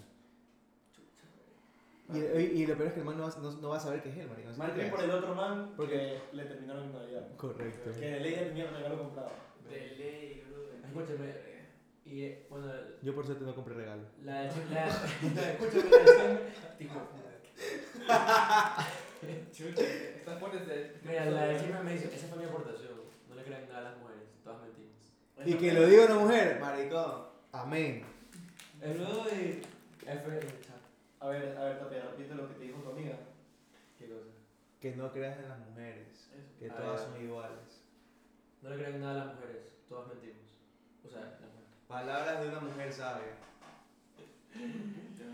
Speaker 2: Y, y, y lo peor es que el man no va, no, no va a saber qué es él, maricón.
Speaker 4: Mal trip por el otro man
Speaker 2: ¿Por
Speaker 4: porque le terminaron en Navidad.
Speaker 2: Correcto.
Speaker 4: Que de ley ya tenía el regalo comprado.
Speaker 1: De ley, bro.
Speaker 3: Escúchame. Y, eh, bueno,
Speaker 2: Yo por suerte no compré regalo.
Speaker 3: la de la, la, escúchame, la de Chime- tipo,
Speaker 1: Chucha, está fuerte este-
Speaker 3: mira, la de Chime me dice, esa fue mi aportación, no le crean nada a las mujeres, todas mentimos.
Speaker 2: Y que lo diga una mujer, maricón. Amén.
Speaker 3: El nudo de F, cha,
Speaker 4: A ver, a ver, Tapia, repite lo que te dijo tu amiga.
Speaker 3: qué cosa.
Speaker 2: Que no creas en las mujeres. Que
Speaker 3: Ah,
Speaker 2: todas
Speaker 3: ya.
Speaker 2: son iguales.
Speaker 3: No le crean nada a las mujeres, todas mentimos. O sea, las mujeres.
Speaker 2: Palabras de una mujer sabia.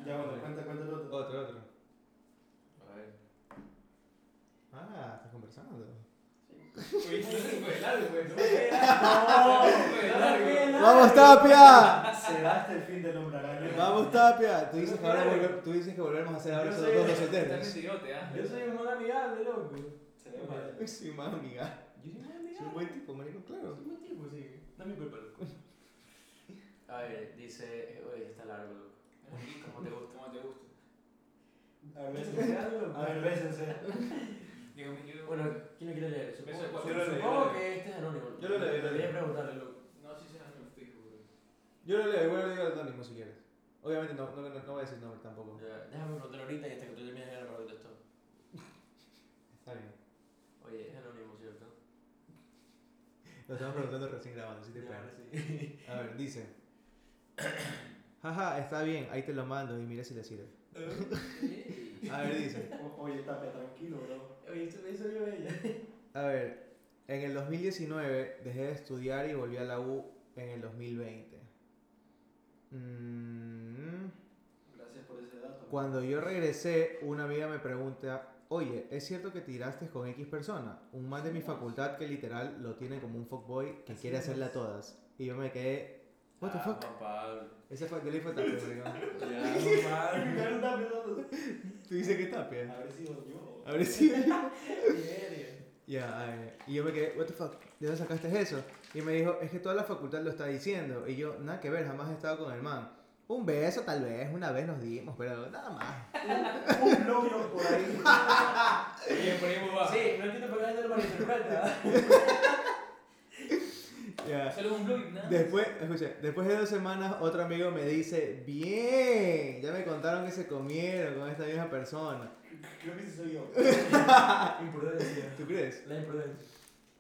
Speaker 4: Ya, bueno, cuenta, cuéntalo tú.
Speaker 2: Otro, otro.
Speaker 6: A ver.
Speaker 2: Ah, estás conversando.
Speaker 1: Uy, no se fue largo, güey. No,
Speaker 3: No la crean nada.
Speaker 2: ¡Vamos, Tapia!
Speaker 4: Será hasta el fin del hombre araña.
Speaker 2: ¡Vamos, Tapia! Tú dices que, ahora volve- tú dices que volvemos a hacer ahora
Speaker 3: Yo
Speaker 2: solo
Speaker 3: soy-
Speaker 2: todos los
Speaker 1: Está
Speaker 2: solteros.
Speaker 1: mentirote, ¿ah?
Speaker 3: Yo soy un mal amigable, loco.
Speaker 4: Se ve mal.
Speaker 2: Uy, soy más amiga.
Speaker 3: Yo soy un mal
Speaker 2: Soy un
Speaker 3: amigable.
Speaker 2: buen tipo, marico, claro.
Speaker 3: Soy un tipo, sí. No es mi culpa, loco. A ver, dice, oye, está largo, loco. ¿Cómo te gusta?
Speaker 1: ¿Cómo te gusta?
Speaker 4: A ver, bésense. A ver, bésense.
Speaker 1: Digo, yo-
Speaker 3: Bueno, ¿quién lo quiere leer? Supongo,
Speaker 1: Eso,
Speaker 3: supongo-
Speaker 1: yo lo leí,
Speaker 3: supongo
Speaker 4: yo lo
Speaker 3: que este es anónimo.
Speaker 2: Yo lo leí, yo lo leí.
Speaker 3: Debería preguntarle, loco.
Speaker 1: No, sí, sí, no me fijo, güey.
Speaker 2: Yo lo leo, igual lo digo al anónimo si quieres. Obviamente no, no, no, no voy a decir nombre tampoco.
Speaker 3: Ya, Déjame preguntarle ahorita y hasta que tú termines de leer para contestar.
Speaker 2: Está bien.
Speaker 3: Oye, es anónimo, ¿cierto?
Speaker 2: Lo estamos preguntando recién grabando, si te puedo.
Speaker 3: Ya, sí.
Speaker 2: A ver, dice. Jaja, está bien, ahí te lo mando y mira si le sirve. A ver, dice.
Speaker 4: O- Oye, Tapia, tranquilo, bro.
Speaker 3: Oye, eso eso yo ella.
Speaker 2: A ver, en el 2019 dejé de estudiar y volví a la U en el 2020. Mm,
Speaker 4: Gracias por ese dato.
Speaker 2: Cuando yo regresé, una amiga me pregunta, oye, ¿es cierto que tiraste con X persona? Un man de mi facultad que literal lo tiene como un fuckboy que
Speaker 3: Así
Speaker 2: quiere
Speaker 3: es.
Speaker 2: hacerla a todas. Y yo me quedé, what the
Speaker 6: Ah,
Speaker 2: fuck?
Speaker 6: Juan Pablo.
Speaker 2: Ese fue, yo le dije tapia, marico.
Speaker 6: Ya, Juan Pablo.
Speaker 4: Me quedaron Tapia, ¿no?
Speaker 2: Tú dices que tapia.
Speaker 4: Habré sido yo.
Speaker 2: A ver si...
Speaker 3: Verga.
Speaker 2: Ya, eh, y yo me quedé, what the fuck, ¿de dónde sacaste eso? Y me dijo, es que toda la facultad lo está diciendo. Y yo, nada que ver, jamás he estado con el man. Un beso tal vez, una vez nos dimos, pero nada más.
Speaker 4: Un logro por ahí.
Speaker 1: Oye, por ahí vos vas.
Speaker 3: Sí, no entiendo por qué la gente lo malinterpreta.
Speaker 2: Ya.
Speaker 1: Solo un blog, nada.
Speaker 2: Después, escucha, después de dos semanas otro amigo me dice, bien, ya me contaron que se comieron con esta vieja persona.
Speaker 4: Creo que sí soy yo.
Speaker 3: Imprudencia.
Speaker 2: ¿Tú crees?
Speaker 3: La imprudencia.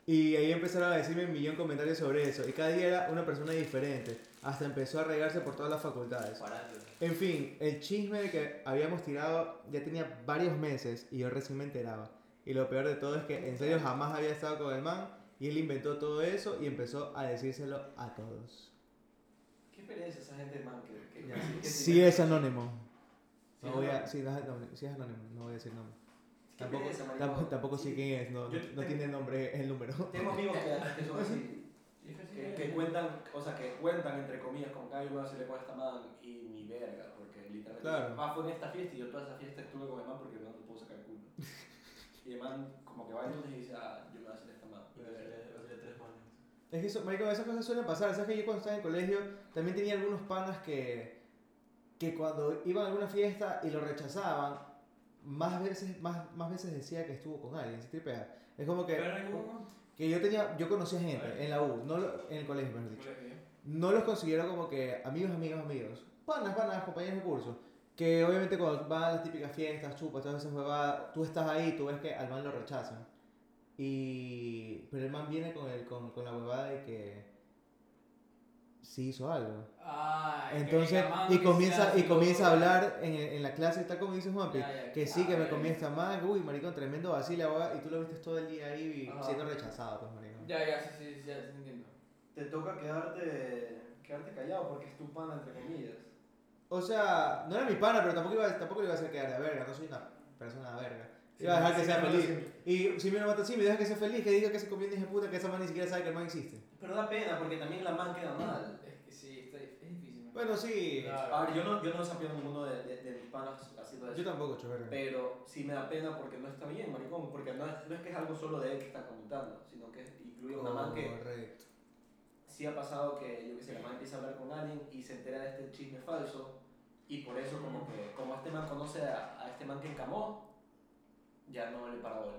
Speaker 2: Y ahí empezaron a decirme un millón de comentarios sobre eso. Y cada día era una persona diferente. Hasta empezó a regarse por todas las facultades.
Speaker 3: Parando.
Speaker 2: En fin, el chisme de que habíamos tirado ya tenía varios meses y yo recién me enteraba. Y lo peor de todo es que en serio jamás había estado con el man y él inventó todo eso y empezó a decírselo a todos.
Speaker 6: Qué pereza esa gente, man. Que, que,
Speaker 2: Ya.
Speaker 6: que- que-
Speaker 2: Sí
Speaker 4: eh,
Speaker 2: es anónimo.
Speaker 6: Sí
Speaker 2: No
Speaker 6: es
Speaker 2: voy a,
Speaker 6: anónimo.
Speaker 2: sí, no es anónimo, sí es anónimo, no voy a decir nombre.
Speaker 6: Qué
Speaker 2: Tampoco,
Speaker 6: pereza, maricón.
Speaker 2: tampoco, tampoco sé quién es, no,
Speaker 4: Yo
Speaker 2: no
Speaker 4: tengo-
Speaker 2: tiene nombre el número.
Speaker 6: Tengo amigos que, que son
Speaker 4: Pues
Speaker 6: así. Que,
Speaker 4: eh.
Speaker 6: que cuentan, o sea, que cuentan entre comillas con que voy a hacerle con esta man y ni verga, porque literalmente
Speaker 2: Claro.
Speaker 6: "Ah, fue en esta fiesta y yo toda esa fiesta estuve con el man porque el man no puedo sacar culo. y el man como que va entonces y dice, ah, yo me voy a hacer esta man.
Speaker 3: Yo le- le- le- le- tres manos.
Speaker 2: Es que eso, marico, esas cosas suelen pasar. Sabes que yo cuando estaba en el colegio también tenía algunos panas que, que cuando iban a alguna fiesta y lo rechazaban, más veces, más, más veces decía que estuvo con alguien, ¿sí tripea? Es como que
Speaker 1: Pero, ¿cómo?
Speaker 2: que yo tenía, yo conocía gente en la U, no lo- en el colegio, mejor dicho. No los considero como que amigos, amigos, amigos. Panas, panas, compañeros de curso. Que obviamente cuando van a las típicas fiestas, chupas, todas esas huevadas, tú estás ahí, tú ves que al man lo rechazan. Y... Pero el man viene con, el, con, con la huevada de que... Sí hizo algo.
Speaker 1: Ah, que
Speaker 2: Entonces,
Speaker 1: venga, mano,
Speaker 2: y
Speaker 1: que
Speaker 2: comienza,
Speaker 1: sea
Speaker 2: y
Speaker 1: así,
Speaker 2: comienza a
Speaker 1: loco.
Speaker 2: hablar en, en la clase, tal como dice Juanpi,
Speaker 1: Ya, ya.
Speaker 2: que sí,
Speaker 1: Ah,
Speaker 2: que me
Speaker 1: ya,
Speaker 2: comí
Speaker 1: ya.
Speaker 2: esta man, uy, maricón, tremendo vacila, guau, y tú lo viste todo el día ahí
Speaker 3: Ajá.
Speaker 2: siendo rechazado, pues, maricón.
Speaker 1: Ya, ya, sí, sí, sí, ya, sí, entiendo.
Speaker 4: Te toca quedarte, quedarte callado porque es tu pana, entre comillas.
Speaker 2: O sea, no era mi pana, pero tampoco, iba, tampoco le iba a hacer quedar de verga, no soy una persona de verga.
Speaker 3: Sí,
Speaker 2: Iba a dejar que
Speaker 3: sí,
Speaker 2: sea
Speaker 3: me
Speaker 2: feliz.
Speaker 3: mata
Speaker 2: Y si me lo mata, sí, me deja que sea feliz, que diga que se comió un hija puta, que esa man ni siquiera sabe que el man existe.
Speaker 4: Pero da pena porque también la man queda mal.
Speaker 1: Es que sí, está, es difícil. ¿no?
Speaker 2: Bueno, sí,
Speaker 4: A ver, yo no, yo no desafío a ninguno de, de, de mis panas haciendo
Speaker 2: yo
Speaker 4: eso.
Speaker 2: tampoco, hecho verga.
Speaker 4: Pero sí me da pena porque no está bien, maricón. Porque no es, no es que es algo solo de él que está comentando, sino que incluye a una man que
Speaker 2: Correcto.
Speaker 4: sí ha pasado que, yo qué sé, la man empieza a hablar con alguien y se entera de este chisme falso. Y por eso, como que, como este man conoce a, a este man que encamó, ya no le para bola.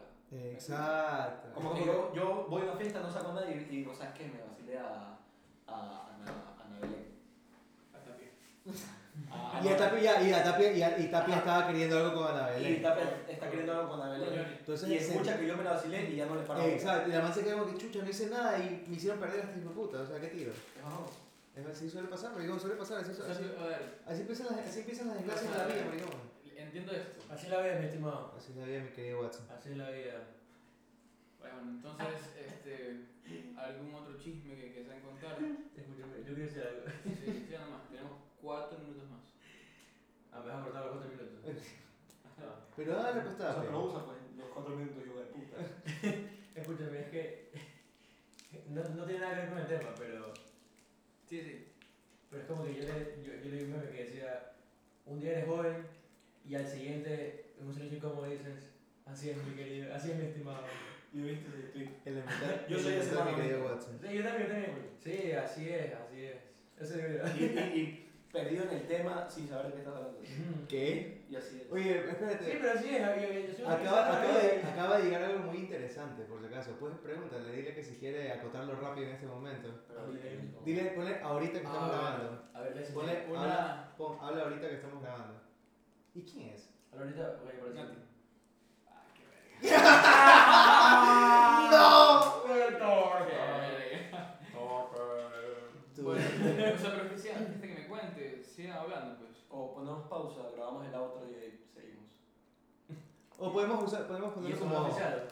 Speaker 2: Exacto.
Speaker 4: Como que yo, yo voy a una fiesta, no saco nada y, y digo, ¿sabes qué? Me vacilé a, a, a, Ana- a Ana Belén.
Speaker 1: Hasta bien.
Speaker 4: A-
Speaker 2: Y a Tapi, ya- y a Tapi, y a- y Tapi estaba queriendo algo con Ana
Speaker 4: Y
Speaker 2: Belén.
Speaker 4: está, está queriendo algo con Ana Belén.
Speaker 2: Entonces,
Speaker 4: Y
Speaker 2: se-
Speaker 4: escucha que yo me la vacilé y ya no le paro.
Speaker 2: Exacto, y la man se queda como que chucha, no hice nada y me hicieron perder hasta hijo de puta, o sea, qué tiro.
Speaker 4: No.
Speaker 2: Es así suele pasar, maricón, suele pasar, así,
Speaker 1: O sea,
Speaker 2: así,
Speaker 1: a ver,
Speaker 2: así empiezan, las, así empiezan las desgracias de la vida, maricón.
Speaker 1: entiendo esto.
Speaker 3: Así es la vida, mi estimado.
Speaker 2: Así es la vida, mi querido Watson.
Speaker 3: Así es la vida.
Speaker 1: Bueno, entonces, este, algún otro chisme que, que se contar.
Speaker 3: Escúchame, yo quiero decir algo.
Speaker 1: Sí, sí, nada más. Tenemos cuatro minutos más.
Speaker 3: Ah, me vas a cortar los cuatro minutos. Ah.
Speaker 2: Pero dale, pues
Speaker 4: O sea,
Speaker 2: está.
Speaker 4: pero usa pues, los cuatro minutos yo de puta.
Speaker 3: Escúchame, es que. No, no tiene nada que ver con el tema, pero.
Speaker 1: Sí, sí.
Speaker 3: Pero es como que yo le, yo, yo le digo un meme que decía, un día eres joven y al siguiente, en un silencio incómodo dices, así es mi querido, así es mi estimado.
Speaker 4: Yo viste ese tweet.
Speaker 2: Elemental,
Speaker 4: Yo soy ese
Speaker 2: elemental, mi
Speaker 4: man.
Speaker 2: querido Watson.
Speaker 3: Sí, yo también, yo también. Sí, así es, así es. Ese es
Speaker 4: Y, y, y perdido en el tema sin saber de qué estás hablando.
Speaker 3: Sí,
Speaker 2: ¿Qué?
Speaker 4: Y así es.
Speaker 2: Oye, espérate.
Speaker 3: pero así es, yo, yo, yo soy una
Speaker 2: Acaba,
Speaker 3: persona
Speaker 2: acaba de,
Speaker 3: que-
Speaker 2: acaba de llegar algo muy interesante, por si acaso. Puedes preguntarle, dile que si quiere acotarlo rápido en este momento.
Speaker 4: Pero dile, ¿no?
Speaker 2: Dile, ponle ahorita que estamos
Speaker 3: Ah,
Speaker 2: grabando.
Speaker 3: A ver, les
Speaker 2: Ponle,
Speaker 3: una...
Speaker 2: habla,
Speaker 1: Una.
Speaker 2: pon, habla ahorita que estamos grabando. ¿Y quién es?
Speaker 3: Ahorita, voy a por
Speaker 1: Nati.
Speaker 3: eso.
Speaker 1: Ah, qué verga.
Speaker 3: Ah.
Speaker 2: ¡No!
Speaker 1: Bueno, o sea, pero es que sea, antes de que me cuente, sigan hablando, pues.
Speaker 4: O ponemos pausa, grabamos el outro y ahí seguimos.
Speaker 2: O podemos usar, podemos
Speaker 3: Y
Speaker 2: ponerlo
Speaker 3: eso no
Speaker 2: como.
Speaker 3: es
Speaker 2: O
Speaker 3: oficial.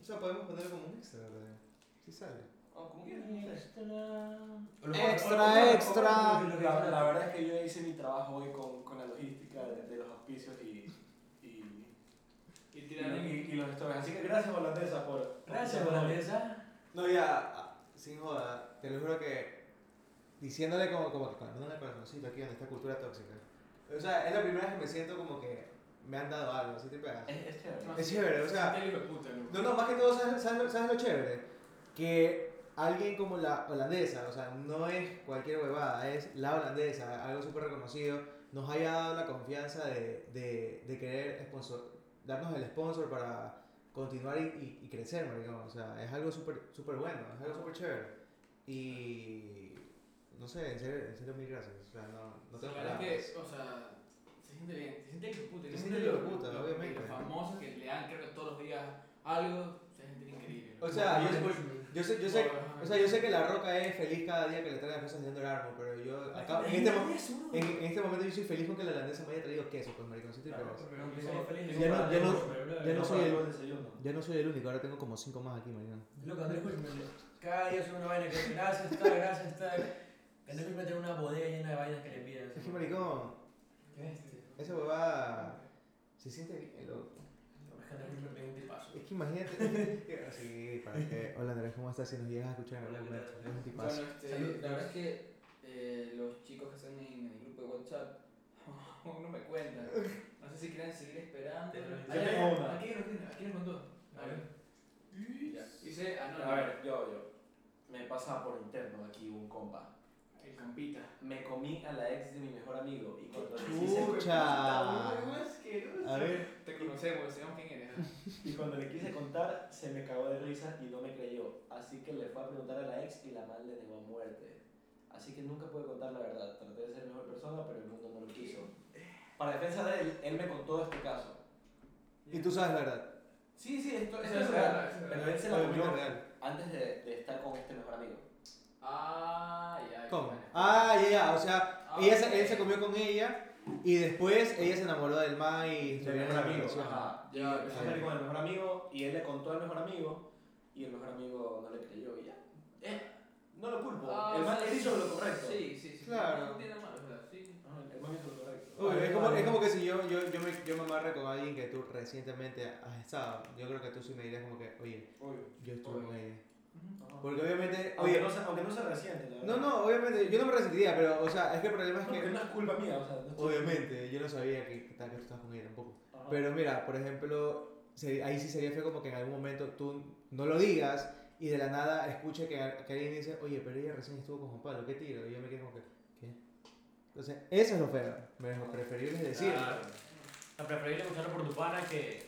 Speaker 2: sea, podemos ponerlo como un extra, ¿verdad? Sí sale.
Speaker 4: O como quieras. Ah, no sé.
Speaker 3: O lo-
Speaker 2: Extra,
Speaker 3: o- o- o- o-
Speaker 2: extra.
Speaker 4: Ah,
Speaker 3: o- o- o- o- o- o- o- o- o-
Speaker 4: La, la verdad es que yo hice mi trabajo hoy con, con la logística de, de los auspicios y, y,
Speaker 1: Y
Speaker 4: y,
Speaker 1: tiran en-
Speaker 4: y- y los stories. Así que gracias, Holandesa, por.
Speaker 3: Gracias,
Speaker 4: por-
Speaker 3: holandesa.
Speaker 2: No, ya, ah, sin joda, te lo juro que diciéndole como, como que con el corazoncito aquí donde está cultura tóxica. O sea, es la primera vez que me siento como que me han dado algo, así te pegas.
Speaker 4: Es, es chévere.
Speaker 1: No,
Speaker 2: Es
Speaker 1: sí,
Speaker 2: chévere, o sea,
Speaker 1: sí, el hijo de puta, loco.
Speaker 2: No, no, más que todo, ¿sabes, sabes lo- sabes lo chévere? Que alguien como la holandesa, o sea, no es cualquier huevada, es la holandesa, algo súper reconocido, nos haya dado la confianza de, de, de querer sponsor, darnos el sponsor para continuar y, y- y crecer, maricón. O sea, es algo súper súper bueno, es algo súper chévere. Y. No sé, en serio, en serio, mil gracias. O sea, no, no
Speaker 1: La
Speaker 2: tengo
Speaker 1: verdad
Speaker 2: palabras.
Speaker 1: es que, o sea, se siente bien, se siente el hijo de puta.
Speaker 2: Se
Speaker 1: ¿no?
Speaker 2: siente el hijo de
Speaker 1: Lo-
Speaker 2: puta,
Speaker 1: lo-
Speaker 2: obviamente.
Speaker 1: Los famosos que le dan, creo que todos los días algo, se siente increíble.
Speaker 2: O sea, yo, yo sé, yo sé,
Speaker 1: Bueno.
Speaker 2: o sea, yo sé que la roca es feliz cada día que le traen cosas de Under Armour, pero yo acá, en, este, mo- en, en este momento yo soy feliz con que la holandesa me haya traído queso, pues maricón, sí te
Speaker 3: Claro,
Speaker 2: creas.
Speaker 3: pero aunque sea feliz,
Speaker 2: Ya no- ya no-
Speaker 3: pero-
Speaker 2: ya no
Speaker 4: Para
Speaker 2: soy el-
Speaker 4: todo desayuno.
Speaker 2: Ya no soy el único, ahora tengo como cinco más aquí, maricón.
Speaker 3: Loco, Andrés Guzmán, cada día sube una vaina que gracias, tal, gracias, tal. Andrés Guzmán tiene una bodega llena de vainas que le envían.
Speaker 2: Es que maricón,
Speaker 3: Este,
Speaker 2: esa huevada se siente bien, eh, loco.
Speaker 3: no, es que Andrés Guzmán es un tipazo.
Speaker 2: Es que imagínate. sí, para que. Hola Andrés, ¿cómo estás? Si nos llegas a escuchar en algún momento, es un
Speaker 1: Bueno,
Speaker 2: tipazo.
Speaker 1: este,
Speaker 3: Salud.
Speaker 1: la verdad es que eh, los chicos que están en el grupo de WhatsApp aún no me cuentan. No sé si quieren seguir esperando.
Speaker 3: Te lo-
Speaker 1: Ah,
Speaker 4: yo
Speaker 1: ya,
Speaker 4: tengo
Speaker 1: ya,
Speaker 4: una.
Speaker 1: Aquí nos tiene, aquí nos contó. A ver. Dice, ah, no,
Speaker 4: A ver, yo, yo. Me pasa por interno aquí un compa.
Speaker 1: El campita.
Speaker 4: Me comí a la ex de mi mejor amigo. Y cuando le quise,
Speaker 2: Chucha.
Speaker 7: Está muy asqueroso.
Speaker 2: A ver,
Speaker 1: Te conocemos, sabemos quién eres.
Speaker 4: y cuando le quise contar, se me cagó de risa y no me creyó. Así que le fue a preguntar a la ex y la mal le negó a muerte. Así que nunca pude contar la verdad. Traté de ser mejor persona, pero el mundo no lo quiso. Para defensa de él, él me contó este caso.
Speaker 2: y tú sabes la verdad.
Speaker 4: Sí, sí, esto,
Speaker 1: Eso
Speaker 4: esto es
Speaker 1: es
Speaker 4: real.
Speaker 1: verdad, eso es
Speaker 4: Pero
Speaker 1: verdad.
Speaker 4: él se la
Speaker 2: Oye,
Speaker 4: comió
Speaker 2: yo real.
Speaker 4: antes de, de estar con este mejor amigo.
Speaker 1: Ah, ya. ya.
Speaker 2: ¿Cómo? Ah, ya, ya, o sea,
Speaker 1: Ah,
Speaker 2: ella se,
Speaker 1: ok.
Speaker 2: él se comió con ella y después ella se enamoró del man y
Speaker 4: Del
Speaker 2: tuvieron
Speaker 4: mejor
Speaker 2: una
Speaker 4: amigo,
Speaker 2: relación.
Speaker 4: ajá.
Speaker 1: Ya,
Speaker 4: Empezó a
Speaker 2: ya.
Speaker 4: salir con el mejor amigo y él le contó al mejor amigo y el mejor amigo no le creyó y ya. Eh, no lo culpo.
Speaker 1: Ah,
Speaker 4: el man
Speaker 1: o sea,
Speaker 4: él hizo lo correcto.
Speaker 1: Sí, sí, sí.
Speaker 2: Claro.
Speaker 1: No tiene mal, o sea, sí.
Speaker 4: Ajá, El man hizo lo correcto.
Speaker 2: Uy,
Speaker 3: Vale,
Speaker 2: es, como,
Speaker 3: vale.
Speaker 2: es como que si yo, yo, yo, me, yo me amarre con alguien que tú recientemente has estado, yo creo que tú sí me dirías como que, oye,
Speaker 4: Obvio.
Speaker 2: yo estuve con ella.
Speaker 1: Ujú.
Speaker 4: Ajá.
Speaker 2: Porque obviamente,
Speaker 4: aunque,
Speaker 2: oye,
Speaker 4: no se, aunque no se resiente, la verdad.
Speaker 2: no, no, obviamente, yo no me resentiría, pero, o sea, es que el problema es
Speaker 4: Porque
Speaker 2: que,
Speaker 4: no es culpa mía, o sea. no estoy-
Speaker 2: obviamente, yo no sabía que, que tal que tú estabas con ella tampoco.
Speaker 4: Ajá.
Speaker 2: Pero mira, por ejemplo, se- ahí sí sería feo como que en algún momento tú no lo digas y de la nada escuche que, que alguien dice, oye, pero ella recién estuvo con Juan Pablo, ¿qué tiro? Y yo me quedo como que, ¿qué? Entonces, eso es lo feo. Me lo preferible es decir,
Speaker 4: Ah.
Speaker 3: Claro. O sea, preferible escucharlo por tu pana que,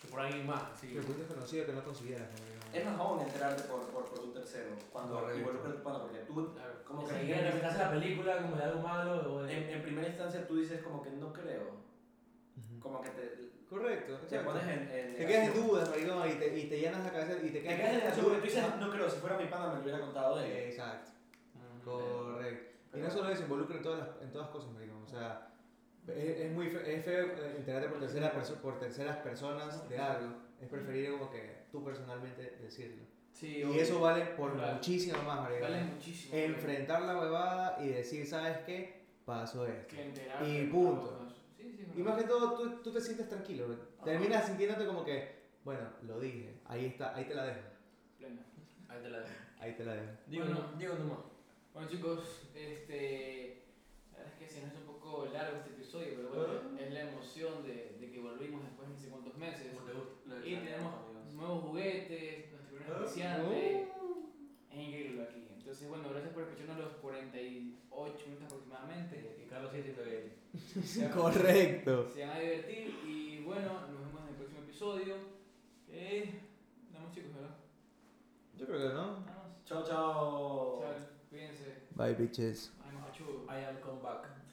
Speaker 3: que por alguien más. así.
Speaker 2: que fuiste conocido que no consiguieras. ¿no?
Speaker 4: Es más común enterarte por, por, por un tercero cuando
Speaker 2: Correcto.
Speaker 4: involucra a tu pana, porque tú,
Speaker 3: Claro.
Speaker 4: como
Speaker 3: O
Speaker 4: que
Speaker 3: sea,
Speaker 4: en,
Speaker 3: que
Speaker 4: en,
Speaker 3: representarse la película como de algo malo o de...
Speaker 4: en primera instancia tú dices como que no creo,
Speaker 2: Ujú.
Speaker 4: como que te,
Speaker 2: Correcto.
Speaker 4: te
Speaker 2: exacto.
Speaker 4: pones en... en
Speaker 2: Te quedas en
Speaker 4: negación.
Speaker 2: dudas, maricón, y te, y te llenas la cabeza y te
Speaker 4: Te
Speaker 2: quedas
Speaker 4: quedas en negación porque tú dices, no creo, si fuera mi pana me lo hubiera contado él.
Speaker 2: Exacto.
Speaker 3: Ujú.
Speaker 2: Correcto. Y no solo eso, involucra en todas, las, en todas cosas, maricón. O sea, es, es muy feo, es feo eh, enterarte por, tercera perso- por terceras personas de algo. Es preferible como que tú personalmente decirlo.
Speaker 1: Sí,
Speaker 2: Y
Speaker 1: obvio.
Speaker 2: eso vale por
Speaker 1: Claro.
Speaker 2: muchísimo más,
Speaker 1: Vale
Speaker 2: maricón.
Speaker 1: muchísimo.
Speaker 2: Enfrentar la huevada y decir, ¿sabes qué? Pasó
Speaker 1: güey.
Speaker 2: esto.
Speaker 1: Que enterarte
Speaker 2: Y
Speaker 1: de
Speaker 2: punto.
Speaker 1: las cosas. Sí, sí,
Speaker 2: Y
Speaker 1: bueno.
Speaker 2: más que todo, tú, tú te sientes tranquilo. güey. Terminas sintiéndote como que, bueno, lo dije, ahí está, ahí te la dejo.
Speaker 1: Pleno.
Speaker 3: Ahí te la dejo.
Speaker 2: Ahí te la dejo.
Speaker 3: Digo,
Speaker 1: Bueno.
Speaker 3: no, digo nomás.
Speaker 1: Bueno chicos, este, la verdad es que se nos hizo un poco largo este episodio, pero bueno, es la emoción de, de que volvimos después de no sé cuántos meses.
Speaker 3: Como te gusta.
Speaker 4: Lo
Speaker 1: Y
Speaker 4: extrañamos,
Speaker 1: tenemos
Speaker 4: amigos.
Speaker 1: nuevos juguetes, nuestros primeros
Speaker 2: Uh.
Speaker 1: iniciantes. Es increíble lo aquí. Entonces, bueno, gracias por escucharnos los 48 minutos aproximadamente.
Speaker 3: Y Carlos sí te ve.
Speaker 1: Se van-
Speaker 2: Correcto.
Speaker 1: Se van a divertir y bueno, nos vemos en el próximo episodio. Eh, damos chicos, ¿verdad?
Speaker 2: Yo creo que no.
Speaker 1: Vamos.
Speaker 4: Chao, chao.
Speaker 1: Chao, cuídense.
Speaker 2: Bye, bitches.
Speaker 1: Ay, machudo.
Speaker 3: I am come back.